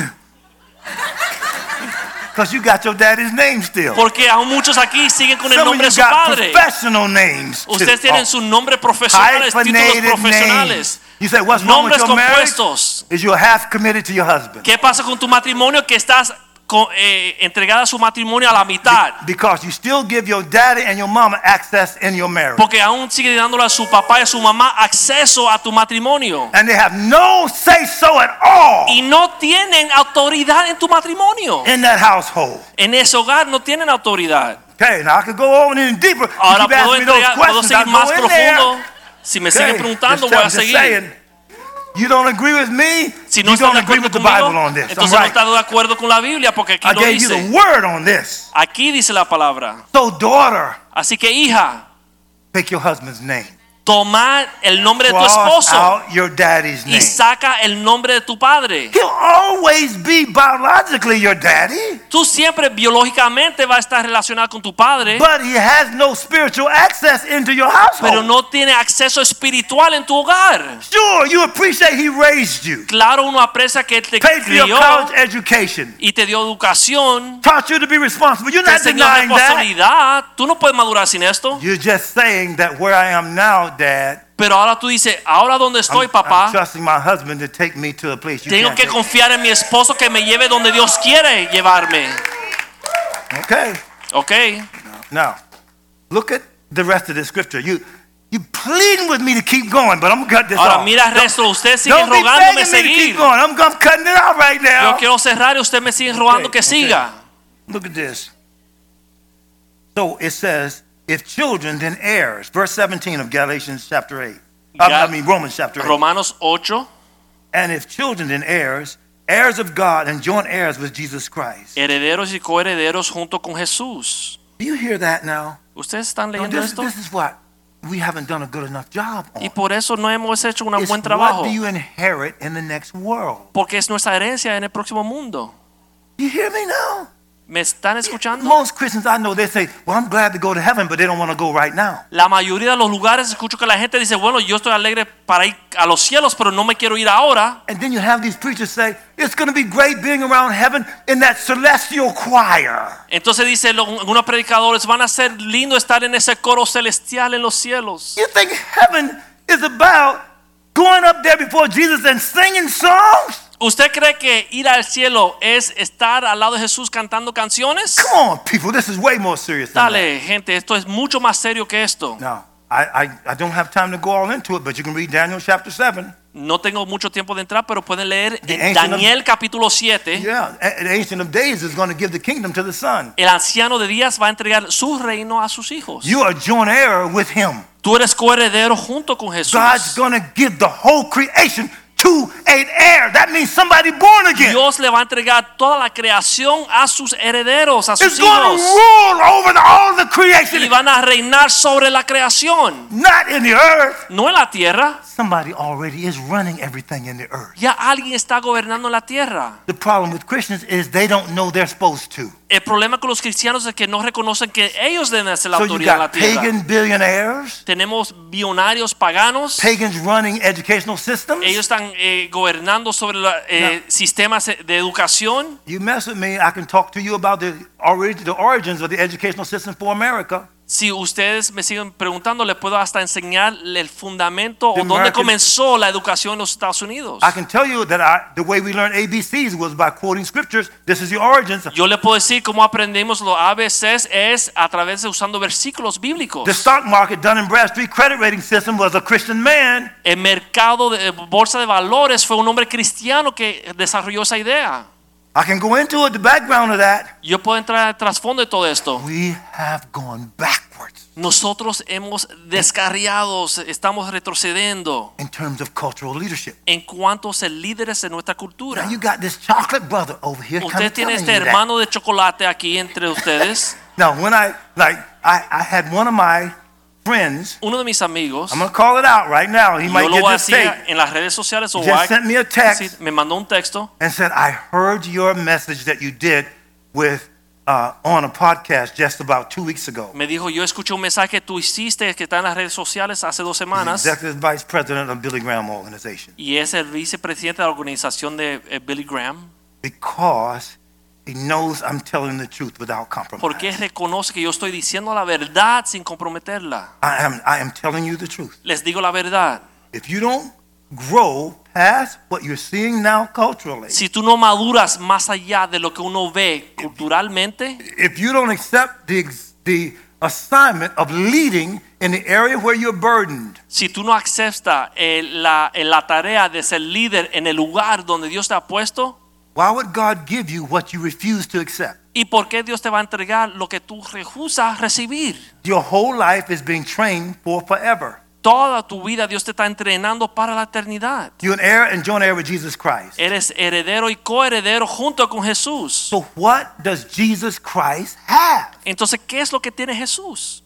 Speaker 1: because you got your daddy's name still.
Speaker 2: Porque aún muchos aquí siguen con el
Speaker 1: Some of
Speaker 2: nombre
Speaker 1: you
Speaker 2: de su
Speaker 1: got
Speaker 2: padre.
Speaker 1: professional names. too.
Speaker 2: Ustedes tienen
Speaker 1: Oh.
Speaker 2: sus nombres profesionales, títulos
Speaker 1: hyphenated names.
Speaker 2: profesionales.
Speaker 1: You say, what's wrong with
Speaker 2: Nombres
Speaker 1: your marriage?
Speaker 2: compuestos.
Speaker 1: Is you're half committed to your husband.
Speaker 2: ¿Qué pasa con tu matrimonio que estás co- eh, entregada su matrimonio a la mitad.
Speaker 1: because you still give your daddy and your mama access in your marriage.
Speaker 2: Porque aún sigue dándole a su papá y a su mamá acceso a tu matrimonio.
Speaker 1: And they have no say so at all
Speaker 2: Y no tienen autoridad en tu matrimonio.
Speaker 1: in that household.
Speaker 2: En ese hogar no tienen autoridad.
Speaker 1: Okay, now I could go on even deeper. You
Speaker 2: Ahora
Speaker 1: keep asking
Speaker 2: puedo,
Speaker 1: me those
Speaker 2: entregar- puedo
Speaker 1: questions, I
Speaker 2: seguir
Speaker 1: go
Speaker 2: más
Speaker 1: in there.
Speaker 2: profundo. Si me siguen
Speaker 1: Okay,
Speaker 2: preguntando,
Speaker 1: just
Speaker 2: voy
Speaker 1: tell-
Speaker 2: a
Speaker 1: just
Speaker 2: seguir.
Speaker 1: saying, you don't agree with me,
Speaker 2: Si no
Speaker 1: you
Speaker 2: están
Speaker 1: don't
Speaker 2: de
Speaker 1: agree
Speaker 2: acuerdo
Speaker 1: with the Bible
Speaker 2: conmigo,
Speaker 1: on this. I'm
Speaker 2: entonces no
Speaker 1: right.
Speaker 2: están de acuerdo con la Biblia porque aquí
Speaker 1: I
Speaker 2: lo
Speaker 1: gave you
Speaker 2: dice.
Speaker 1: the word on this.
Speaker 2: Aquí dice la palabra.
Speaker 1: So, daughter,
Speaker 2: Así que hija,
Speaker 1: pick your husband's name.
Speaker 2: toma el nombre de tu
Speaker 1: Cross
Speaker 2: esposo E
Speaker 1: out your daddy's
Speaker 2: y
Speaker 1: name.
Speaker 2: saca el nombre de tu padre.
Speaker 1: He'll always be biologically your daddy,
Speaker 2: Tú siempre biológicamente vas a estar relacionado con tu padre,
Speaker 1: but he has no spiritual access into your household.
Speaker 2: pero no tiene acceso espiritual en tu hogar.
Speaker 1: Sure, you appreciate he raised you,
Speaker 2: Claro, uno aprecia que él te
Speaker 1: paid for your
Speaker 2: crió
Speaker 1: college education,
Speaker 2: y te dio educación,
Speaker 1: taught you to be responsible. You're
Speaker 2: te
Speaker 1: not
Speaker 2: enseñó
Speaker 1: denying that.
Speaker 2: responsabilidad. Tú no puedes madurar sin esto.
Speaker 1: You're just saying that where I am now, Dad,
Speaker 2: Pero ahora tú dices, ahora donde estoy,
Speaker 1: I'm, I'm
Speaker 2: papá,
Speaker 1: trusting my husband to take me to a place you
Speaker 2: tengo
Speaker 1: can't
Speaker 2: que
Speaker 1: take.
Speaker 2: confiar en mi esposo que me lleve donde Dios quiere llevarme.
Speaker 1: Okay,
Speaker 2: ¿Ok?
Speaker 1: now look at the rest of the scripture. You you pleading with me to keep going, but I'm gonna cut this
Speaker 2: Ahora
Speaker 1: off.
Speaker 2: mira el resto, usted sigue
Speaker 1: Don't be
Speaker 2: rogándome
Speaker 1: begging me to keep
Speaker 2: seguir.
Speaker 1: going. I'm, I'm cutting it off right now.
Speaker 2: Yo quiero cerrar y usted me sigue rogando
Speaker 1: Okay,
Speaker 2: que
Speaker 1: okay.
Speaker 2: siga.
Speaker 1: Look at this. So it says, if children, then heirs. Verse 17 of Galatians chapter 8. I- I,
Speaker 2: Gal-
Speaker 1: mean, Romans chapter 8.
Speaker 2: Romanos 8,
Speaker 1: And if children, then heirs, heirs of God and joint heirs with Jesus Christ.
Speaker 2: herederos y coherederos junto con Jesús.
Speaker 1: Do you hear that now?
Speaker 2: ¿Ustedes están
Speaker 1: No,
Speaker 2: leyendo
Speaker 1: this,
Speaker 2: esto?
Speaker 1: this is what we haven't done a good enough job on.
Speaker 2: Y por eso no hemos hecho un
Speaker 1: It's
Speaker 2: buen
Speaker 1: what
Speaker 2: trabajo,
Speaker 1: do you inherit in the next world?
Speaker 2: porque es nuestra herencia en el próximo mundo.
Speaker 1: You hear me now?
Speaker 2: ¿Me están escuchando?
Speaker 1: Most Christians I know, they say, well, I'm glad to go to heaven, but they don't want to go right now.
Speaker 2: La mayoría de los lugares escucho que la gente dice, bueno, yo estoy alegre para ir a los cielos, pero no me quiero ir ahora.
Speaker 1: And then you have these preachers say, it's going to be great being around heaven in that celestial choir.
Speaker 2: Entonces dice, lo- algunos predicadores van a ser lindo estar en ese coro celestial en los cielos.
Speaker 1: You think heaven is about going up there before Jesus and singing songs?
Speaker 2: ¿Usted cree que ir al cielo es estar al lado de Jesús cantando canciones?
Speaker 1: Come on, people, this is way more serious than that.
Speaker 2: Dale, gente, esto es mucho más serio que esto.
Speaker 1: Now, I, I, I don't have time to go all into it, but you can read Daniel chapter 7.
Speaker 2: No tengo mucho tiempo de entrar, pero pueden leer
Speaker 1: The
Speaker 2: en
Speaker 1: Ancient of-
Speaker 2: Daniel capítulo 7.
Speaker 1: Yeah, a- the Ancient of Days is going to give the kingdom to the Son.
Speaker 2: El anciano de días va a entregar su reino a sus hijos.
Speaker 1: You are joint heir with him.
Speaker 2: Tú eres coheredero junto con Jesús.
Speaker 1: God's going to give the whole creation to an heir. That means somebody born again.
Speaker 2: Dios le va a entregar toda la creación a sus herederos, a sus
Speaker 1: It's going to
Speaker 2: hijos.
Speaker 1: rule over the- all the
Speaker 2: Y
Speaker 1: creation,
Speaker 2: van a reinar sobre la creación,
Speaker 1: not in the earth.
Speaker 2: no en la tierra.
Speaker 1: Somebody already is running everything in the earth.
Speaker 2: Ya alguien está gobernando la tierra.
Speaker 1: The problem with Christians is they don't know they're supposed to.
Speaker 2: El problema con los cristianos es que no reconocen que ellos deben ser la
Speaker 1: So you
Speaker 2: autoridad en la
Speaker 1: got
Speaker 2: tierra.
Speaker 1: pagan billionaires,
Speaker 2: Tenemos billonarios paganos.
Speaker 1: pagans running educational
Speaker 2: Ellos
Speaker 1: systems.
Speaker 2: están eh, gobernando sobre los sistemas eh, de educación.
Speaker 1: You mess with me, I can talk to you about the, orig- the origins of the educational system for America.
Speaker 2: Si ustedes me siguen preguntando, les puedo hasta enseñar el fundamento
Speaker 1: The
Speaker 2: o dónde
Speaker 1: American-
Speaker 2: comenzó la educación en los Estados Unidos.
Speaker 1: I can tell you that I, the way we learned ABCs was by quoting scriptures. This is the origins.
Speaker 2: Yo le puedo decir cómo aprendimos los ABCs es a través de usando versículos bíblicos.
Speaker 1: The stock market, Dun and Bradstreet credit rating system, was a Christian man.
Speaker 2: El mercado de eh, bolsa de valores fue un hombre cristiano que desarrolló esa idea.
Speaker 1: I can go into it, the background of that.
Speaker 2: Yo puedo entrar al trasfondo de todo esto.
Speaker 1: We have gone backwards
Speaker 2: Nosotros hemos descarriados, estamos retrocediendo
Speaker 1: in terms of cultural leadership.
Speaker 2: en cuanto a ser líderes en nuestra cultura.
Speaker 1: Now you got this chocolate brother over here. kinda
Speaker 2: Usted tiene
Speaker 1: telling
Speaker 2: este
Speaker 1: you that.
Speaker 2: hermano de chocolate aquí entre ustedes.
Speaker 1: Now, when I like, I, I had one of my friends.
Speaker 2: Uno de mis amigos,
Speaker 1: I'm gonna call it out right now. He
Speaker 2: yo
Speaker 1: might
Speaker 2: lo
Speaker 1: get
Speaker 2: voy a
Speaker 1: this
Speaker 2: decir
Speaker 1: tape.
Speaker 2: en las redes sociales o voy a
Speaker 1: Just sent me a
Speaker 2: decir,
Speaker 1: text
Speaker 2: me mandó un texto
Speaker 1: and said, "I heard your message that you did with uh, on a podcast just about two weeks ago."
Speaker 2: Me dijo, yo escuché un mensaje que tú hiciste que está en las redes sociales hace dos
Speaker 1: He's
Speaker 2: semanas
Speaker 1: executive vice president of Billy Graham Organization
Speaker 2: y es el vicepresidente de la organización de eh, Billy Graham
Speaker 1: because he knows I'm telling the truth without compromise.
Speaker 2: porque él reconoce que yo estoy diciendo la verdad sin comprometerla.
Speaker 1: I am I am telling you the truth.
Speaker 2: Les digo la verdad.
Speaker 1: If you don't grow past what you're seeing now culturally,
Speaker 2: Si tú no maduras más allá de lo que uno ve culturalmente,
Speaker 1: if you don't accept the, ex- the assignment of leading in the area where you're burdened,
Speaker 2: si tú no aceptas eh, la, eh, la tarea de ser líder en el lugar donde Dios te ha puesto,
Speaker 1: why would God give you what you refuse to accept?
Speaker 2: ¿y por qué Dios te va a entregar lo que tú rehusas recibir?
Speaker 1: Your whole life is being trained for forever.
Speaker 2: Toda tu vida Dios te está entrenando para la eternidad.
Speaker 1: You're an heir and joint heir with Jesus Christ.
Speaker 2: Eres heredero y coheredero junto con Jesús.
Speaker 1: So, what does Jesus Christ have?
Speaker 2: Entonces, ¿qué es lo que tiene Jesús?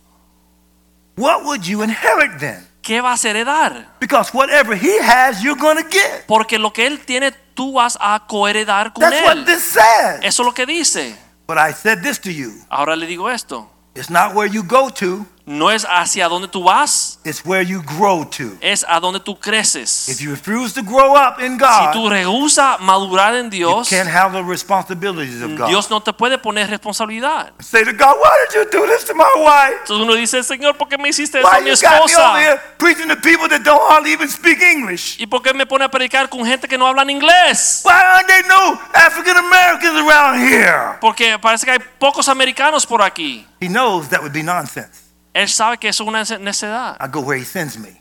Speaker 1: What would you inherit then?
Speaker 2: ¿Qué vas a heredar?
Speaker 1: Because whatever he has, you're going to get.
Speaker 2: Porque lo que Él tiene, tú vas a coheredar con
Speaker 1: That's what
Speaker 2: Él.
Speaker 1: this says.
Speaker 2: Eso es lo que dice.
Speaker 1: But I said this to you
Speaker 2: Ahora le digo esto.
Speaker 1: it's not where you go to,
Speaker 2: No es hacia donde tú vas,
Speaker 1: it's where you grow to.
Speaker 2: es a donde tú
Speaker 1: If
Speaker 2: creces.
Speaker 1: you refuse to grow up in
Speaker 2: Si tú
Speaker 1: God,
Speaker 2: rehusas madurar en
Speaker 1: you
Speaker 2: Dios,
Speaker 1: can't have the responsibilities of God.
Speaker 2: Dios no te puede poner responsabilidad.
Speaker 1: Say to God, why did you do this to my wife?
Speaker 2: Entonces uno dice, Señor, ¿por qué me hiciste eso a
Speaker 1: Why
Speaker 2: mi
Speaker 1: you got me over
Speaker 2: esposa?
Speaker 1: here preaching to people that don't hardly even speak English?
Speaker 2: ¿Y por qué me pone a predicar con gente que no habla en inglés?
Speaker 1: Why aren't there no African Americans around here?
Speaker 2: Porque parece que hay pocos americanos por aquí.
Speaker 1: He knows that would be nonsense.
Speaker 2: Él sabe que eso es una nece- necedad.
Speaker 1: I go where he sends me,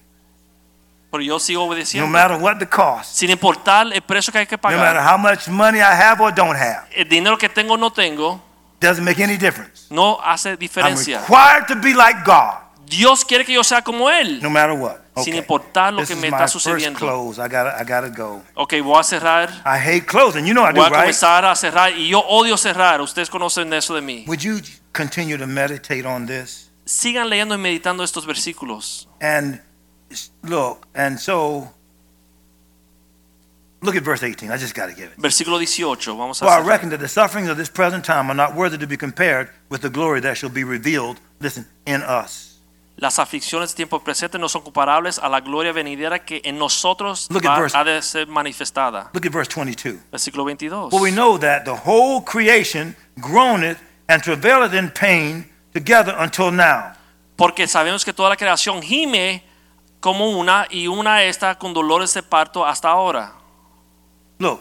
Speaker 2: Pero yo sigo
Speaker 1: no
Speaker 2: obedeciendo.
Speaker 1: matter what the cost,
Speaker 2: Sin importar el precio que hay que
Speaker 1: no matter
Speaker 2: pagar.
Speaker 1: how much money I have or don't have.
Speaker 2: El dinero que tengo o no tengo
Speaker 1: Doesn't make any difference.
Speaker 2: no hace
Speaker 1: I'm
Speaker 2: diferencia.
Speaker 1: required to be like God,
Speaker 2: Dios quiere que yo sea como Él.
Speaker 1: no matter what.
Speaker 2: Sin importar lo
Speaker 1: this
Speaker 2: que
Speaker 1: is
Speaker 2: me
Speaker 1: my
Speaker 2: está
Speaker 1: first
Speaker 2: sucediendo.
Speaker 1: clothes. I gotta, I gotta go.
Speaker 2: Ok, voy a cerrar.
Speaker 1: I hate clothes, and you know I do,
Speaker 2: Voy a
Speaker 1: right?
Speaker 2: comenzar a cerrar. Y yo odio cerrar. Ustedes conocen eso de mí.
Speaker 1: Would you continue to meditate on this?
Speaker 2: Sigan leyendo y meditando estos versículos.
Speaker 1: And s- look, and so look at verse 18. I just got to give it.
Speaker 2: Versículo 18. Vamos
Speaker 1: For
Speaker 2: a
Speaker 1: I
Speaker 2: cerrar.
Speaker 1: reckon that the sufferings of this present time are not worthy to be compared with the glory that shall be revealed, listen, in us.
Speaker 2: Las aflicciones de tiempo presente no son comparables a la gloria venidera que en nosotros
Speaker 1: Look at
Speaker 2: va-
Speaker 1: verse-
Speaker 2: ha de ser manifestada.
Speaker 1: Look at verse 22.
Speaker 2: Versículo 22.
Speaker 1: For we know that the whole creation groaneth and travaileth in pain together until now.
Speaker 2: Porque sabemos que toda la creación gime como una y una está con dolores de parto hasta ahora.
Speaker 1: Look,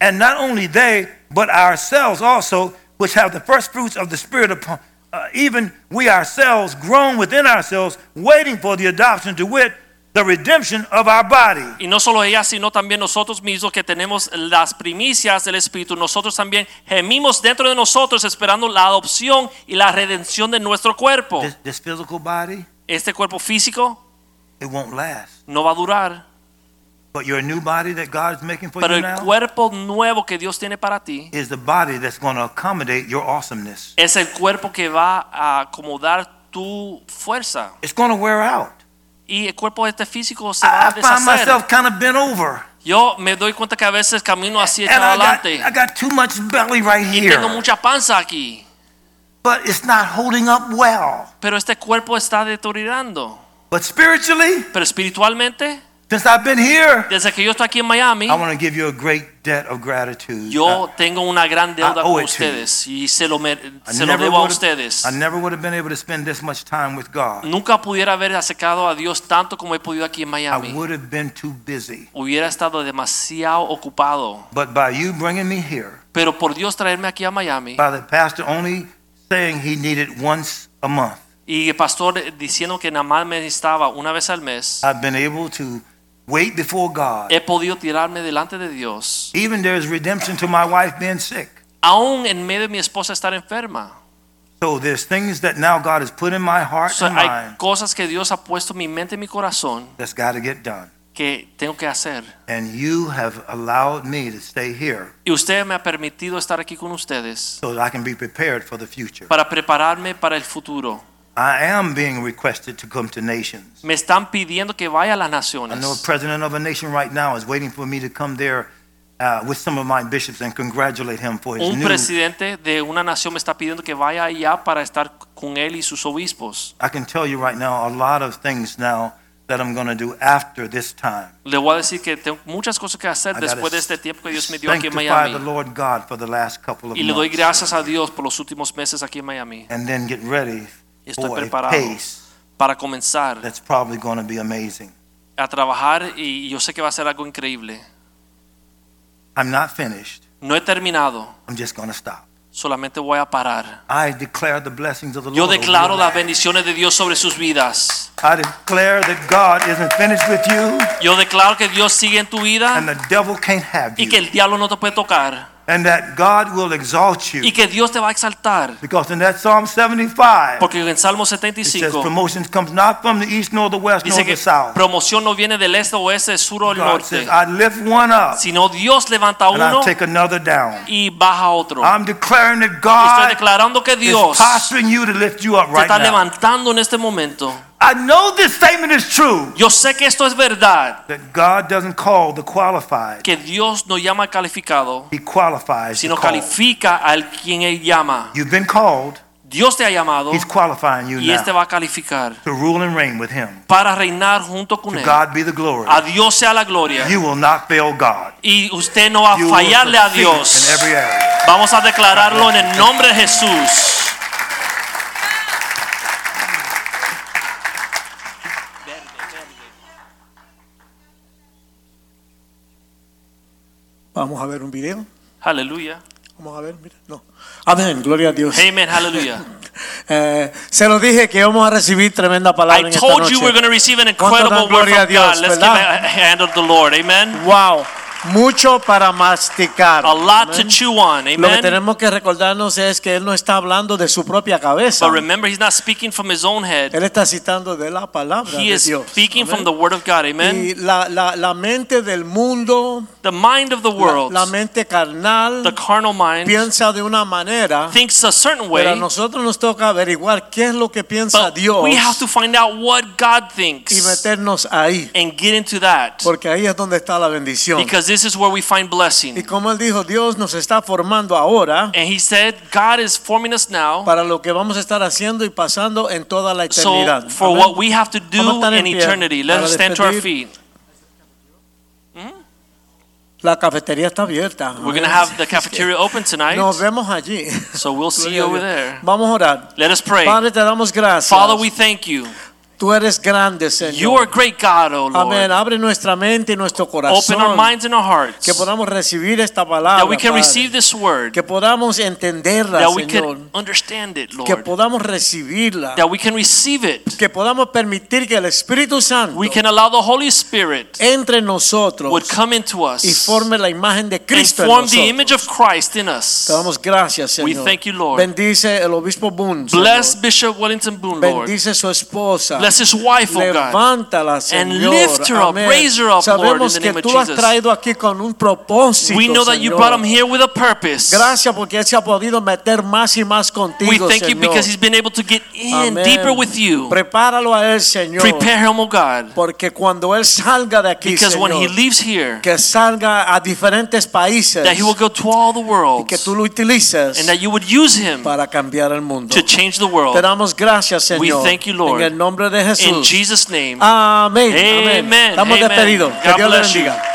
Speaker 1: and not only they, but ourselves also, which have the first fruits of the Spirit upon, uh, even we ourselves groan within ourselves, waiting for the adoption to wit, the redemption of our body.
Speaker 2: Y no solo ella, sino también nosotros mismos que tenemos las primicias del Espíritu. Nosotros también gemimos dentro de nosotros esperando la adopción y la redención de nuestro cuerpo.
Speaker 1: This, this physical body,
Speaker 2: Este cuerpo físico
Speaker 1: it won't last.
Speaker 2: no va a durar,
Speaker 1: But your new body that God is making for
Speaker 2: pero
Speaker 1: you
Speaker 2: el
Speaker 1: now
Speaker 2: cuerpo nuevo que Dios tiene para ti
Speaker 1: is the body that's going to accommodate your awesomeness.
Speaker 2: es el cuerpo que va a acomodar tu fuerza
Speaker 1: It's going to wear out.
Speaker 2: y el cuerpo este físico se va
Speaker 1: I,
Speaker 2: a
Speaker 1: I find
Speaker 2: deshacer.
Speaker 1: myself kind of bent over,
Speaker 2: Yo me doy cuenta que a veces camino así
Speaker 1: and
Speaker 2: hacia
Speaker 1: I got,
Speaker 2: adelante
Speaker 1: I got too much belly right
Speaker 2: y tengo
Speaker 1: here.
Speaker 2: mucha panza aquí,
Speaker 1: But it's not holding up well.
Speaker 2: pero este cuerpo está deteriorando.
Speaker 1: But spiritually,
Speaker 2: Pero espiritualmente,
Speaker 1: Since I've been here,
Speaker 2: desde que yo estoy aquí en Miami,
Speaker 1: I want to give you a great debt of gratitude.
Speaker 2: yo tengo una gran
Speaker 1: I owe
Speaker 2: deuda con
Speaker 1: it to you.
Speaker 2: ustedes y se lo, mer-
Speaker 1: I, I
Speaker 2: se lo
Speaker 1: never
Speaker 2: debo a
Speaker 1: would've-
Speaker 2: ustedes.
Speaker 1: I never would have been able to spend this much time with God.
Speaker 2: Nunca pudiera haber acercado a Dios tanto como he podido aquí en
Speaker 1: I
Speaker 2: Miami.
Speaker 1: would have been too busy.
Speaker 2: Hubiera estado demasiado ocupado.
Speaker 1: But by you bringing me here,
Speaker 2: Pero por Dios traerme aquí a Miami
Speaker 1: by the pastor only saying he needed once a month,
Speaker 2: y el pastor diciendo que nada más me necesitaba una vez al mes,
Speaker 1: I've been able to wait before God.
Speaker 2: he podido tirarme delante de Dios.
Speaker 1: Even there's redemption to my wife being sick.
Speaker 2: aún en medio de mi esposa estar enferma.
Speaker 1: So there's things that now God has put in my heart
Speaker 2: So,
Speaker 1: and
Speaker 2: hay
Speaker 1: mind
Speaker 2: cosas que Dios ha puesto en mi mente y mi corazón
Speaker 1: that's got to get done.
Speaker 2: que tengo que hacer.
Speaker 1: And you have allowed me to stay here
Speaker 2: Y usted me ha permitido estar aquí con ustedes
Speaker 1: so that I can be prepared for the future.
Speaker 2: para prepararme para el futuro.
Speaker 1: I am being requested to come to nations.
Speaker 2: Me están pidiendo que vaya a las
Speaker 1: I know a
Speaker 2: naciones.
Speaker 1: president of a nation right now is waiting for me to come there uh, with some of my bishops and congratulate him for his
Speaker 2: Un
Speaker 1: new.
Speaker 2: presidente de una nación me está pidiendo que vaya allá para estar con él y sus obispos.
Speaker 1: I can tell you right now a lot of things now that I'm going to do after this time.
Speaker 2: Le voy a decir que tengo muchas cosas que hacer
Speaker 1: I
Speaker 2: después
Speaker 1: gotta
Speaker 2: de este tiempo que Dios me dio aquí en
Speaker 1: Sanctify the
Speaker 2: Miami.
Speaker 1: Lord God for the last couple of
Speaker 2: Y le doy
Speaker 1: months,
Speaker 2: gracias a Dios por los últimos meses aquí en Miami.
Speaker 1: and then get ready
Speaker 2: Estoy
Speaker 1: for a
Speaker 2: preparado
Speaker 1: pace
Speaker 2: para comenzar
Speaker 1: that's probably going to be amazing.
Speaker 2: a trabajar y yo sé que va a ser algo increíble.
Speaker 1: I'm not finished.
Speaker 2: No he terminado,
Speaker 1: I'm just going to stop.
Speaker 2: solamente voy a parar.
Speaker 1: I declare the blessings of the
Speaker 2: Yo
Speaker 1: Lord. over
Speaker 2: declaro
Speaker 1: your
Speaker 2: las
Speaker 1: life.
Speaker 2: bendiciones de Dios sobre sus vidas.
Speaker 1: I declare that God isn't finished with you
Speaker 2: Yo declaro que Dios sigue en tu
Speaker 1: and
Speaker 2: vida
Speaker 1: the devil can't have
Speaker 2: y que
Speaker 1: you.
Speaker 2: el diablo no te puede tocar
Speaker 1: And that God will exalt you.
Speaker 2: y que Dios te va a exaltar.
Speaker 1: Because in that Psalm 75,
Speaker 2: Porque en Salmo
Speaker 1: it says
Speaker 2: 75
Speaker 1: promotion comes not from the east nor the west nor
Speaker 2: dice que
Speaker 1: the south.
Speaker 2: promoción no viene del este o oeste, del sur o el
Speaker 1: God says,
Speaker 2: norte,
Speaker 1: I lift one up
Speaker 2: sino Dios levanta
Speaker 1: and I
Speaker 2: uno
Speaker 1: take Ah, another down.
Speaker 2: y baja otro.
Speaker 1: I'm declaring that
Speaker 2: Estoy
Speaker 1: God
Speaker 2: declarando que
Speaker 1: is
Speaker 2: Dios
Speaker 1: posturing you to lift you up
Speaker 2: te
Speaker 1: right
Speaker 2: está
Speaker 1: now.
Speaker 2: levantando en este momento.
Speaker 1: I know this statement is true.
Speaker 2: Yo sé que esto es verdad,
Speaker 1: That God doesn't call the qualified.
Speaker 2: que Dios no llama al calificado,
Speaker 1: He qualifies the
Speaker 2: sino
Speaker 1: called.
Speaker 2: califica al quien él llama.
Speaker 1: You've been called.
Speaker 2: Dios te ha llamado
Speaker 1: He's qualifying you
Speaker 2: y
Speaker 1: now
Speaker 2: este va a calificar
Speaker 1: to rule and reign with him.
Speaker 2: para reinar junto con
Speaker 1: To
Speaker 2: él.
Speaker 1: God be the glory.
Speaker 2: A Dios sea la gloria
Speaker 1: You will not fail God.
Speaker 2: y usted no va a
Speaker 1: You will
Speaker 2: fallarle a
Speaker 1: succeed
Speaker 2: Dios.
Speaker 1: in every area.
Speaker 2: Vamos a declararlo en el nombre de Jesús.
Speaker 3: Vamos a ver un video.
Speaker 2: Aleluya.
Speaker 3: Vamos a ver, mira. No. Amén, gloria a Dios.
Speaker 2: Amen, aleluya.
Speaker 3: Eh, se los dije que íbamos a recibir tremenda palabra
Speaker 2: I
Speaker 3: en esta
Speaker 2: told you we're
Speaker 3: noche.
Speaker 2: going to receive an
Speaker 3: ¿Cuánto dan
Speaker 2: incredible word
Speaker 3: gloria a
Speaker 2: from
Speaker 3: Dios,
Speaker 2: God. Let's give
Speaker 3: verdad?
Speaker 2: a hand of the Lord. Amen.
Speaker 3: Wow, mucho para masticar.
Speaker 2: A lot to
Speaker 3: Amén.
Speaker 2: chew on.
Speaker 3: Lo que
Speaker 2: Amen.
Speaker 3: tenemos que recordarnos es que él no está hablando de su propia cabeza.
Speaker 2: But remember, he's not speaking from his own head.
Speaker 3: Él está citando de la palabra
Speaker 2: He
Speaker 3: de
Speaker 2: is
Speaker 3: Dios.
Speaker 2: speaking
Speaker 3: Amén.
Speaker 2: from the word of God. Amen.
Speaker 3: Y la, la, la mente del mundo,
Speaker 2: The mind of the
Speaker 3: la,
Speaker 2: world,
Speaker 3: la mente carnal,
Speaker 2: the carnal mind,
Speaker 3: piensa de una manera,
Speaker 2: thinks a certain
Speaker 3: pero a
Speaker 2: way,
Speaker 3: nosotros nos toca averiguar qué es lo que piensa
Speaker 2: but
Speaker 3: Dios
Speaker 2: we have to find out what God
Speaker 3: y
Speaker 2: thinks
Speaker 3: meternos ahí,
Speaker 2: and get into that
Speaker 3: porque ahí es donde está la bendición.
Speaker 2: because this is where we find
Speaker 3: Y
Speaker 2: blessing.
Speaker 3: como él dijo, Dios nos está formando ahora
Speaker 2: And he said, God is forming us now.
Speaker 3: para lo que vamos a estar haciendo y pasando en toda la
Speaker 2: So,
Speaker 3: eternidad.
Speaker 2: for
Speaker 3: Amén.
Speaker 2: what we have to
Speaker 3: Vamos a
Speaker 2: do
Speaker 3: estar en
Speaker 2: in
Speaker 3: pie
Speaker 2: eternity, let
Speaker 3: para
Speaker 2: us stand to our
Speaker 3: despedir.
Speaker 2: feet.
Speaker 3: La cafetería está abierta.
Speaker 2: We're going to have the cafeteria open
Speaker 3: Nos
Speaker 2: tonight.
Speaker 3: vemos allí.
Speaker 2: So, we'll see you
Speaker 3: Gloria a
Speaker 2: over
Speaker 3: Dios.
Speaker 2: there.
Speaker 3: Vamos a orar.
Speaker 2: Let us pray.
Speaker 3: Padre, te damos gracias.
Speaker 2: Father, we thank you.
Speaker 3: Tú eres grande, Señor.
Speaker 2: You are a great God, O
Speaker 3: Amén.
Speaker 2: Lord.
Speaker 3: Abre nuestra mente y nuestro corazón.
Speaker 2: Open our minds and our hearts
Speaker 3: que podamos recibir esta palabra.
Speaker 2: that we can
Speaker 3: Padre.
Speaker 2: receive this word,
Speaker 3: que podamos entenderla,
Speaker 2: that we
Speaker 3: Señor.
Speaker 2: can understand it,
Speaker 3: que
Speaker 2: Lord,
Speaker 3: podamos recibirla.
Speaker 2: that we can receive it.
Speaker 3: que podamos permitir que el Espíritu Santo
Speaker 2: We can allow the Holy Spirit
Speaker 3: entre nosotros
Speaker 2: would come into us
Speaker 3: y forme la imagen de
Speaker 2: and
Speaker 3: Cristo en
Speaker 2: form the
Speaker 3: nosotros.
Speaker 2: image of Christ in us.
Speaker 3: Te damos gracias, Señor.
Speaker 2: We thank you, Lord.
Speaker 3: Bendice el obispo Boone. Señor.
Speaker 2: Bless Bishop Wellington Boone, Lord.
Speaker 3: Bendice su esposa.
Speaker 2: Bless his wife, O God.
Speaker 3: Levántala, Señor.
Speaker 2: lift her up,
Speaker 3: Amén.
Speaker 2: raise her up, Lord,
Speaker 3: Sabemos
Speaker 2: in the name
Speaker 3: que
Speaker 2: of
Speaker 3: tú has
Speaker 2: Jesus.
Speaker 3: traído aquí con un propósito,
Speaker 2: We know that you
Speaker 3: Señor.
Speaker 2: brought him here with a purpose.
Speaker 3: Gracias porque él se ha podido meter más y más contigo,
Speaker 2: We thank you
Speaker 3: Señor.
Speaker 2: because he's been able to get in
Speaker 3: Amén.
Speaker 2: deeper with you.
Speaker 3: Prepáralo a él, Señor.
Speaker 2: Prepare him, O God.
Speaker 3: Porque cuando él salga de aquí,
Speaker 2: Because when he
Speaker 3: Señor,
Speaker 2: leaves here,
Speaker 3: que salga a diferentes países,
Speaker 2: that he will go to all the
Speaker 3: y
Speaker 2: world
Speaker 3: que tú lo utilices
Speaker 2: and that you would use him
Speaker 3: para cambiar el mundo.
Speaker 2: to change the
Speaker 3: Te
Speaker 2: world.
Speaker 3: damos gracias, Señor.
Speaker 2: We thank you, Lord.
Speaker 3: En el nombre de Jesús.
Speaker 2: In Jesus' name.
Speaker 3: Amén. Amén.
Speaker 2: Amen.
Speaker 3: Estamos
Speaker 2: Amen.
Speaker 3: despedidos. Que
Speaker 2: God
Speaker 3: Dios le
Speaker 2: bless you.
Speaker 3: bendiga.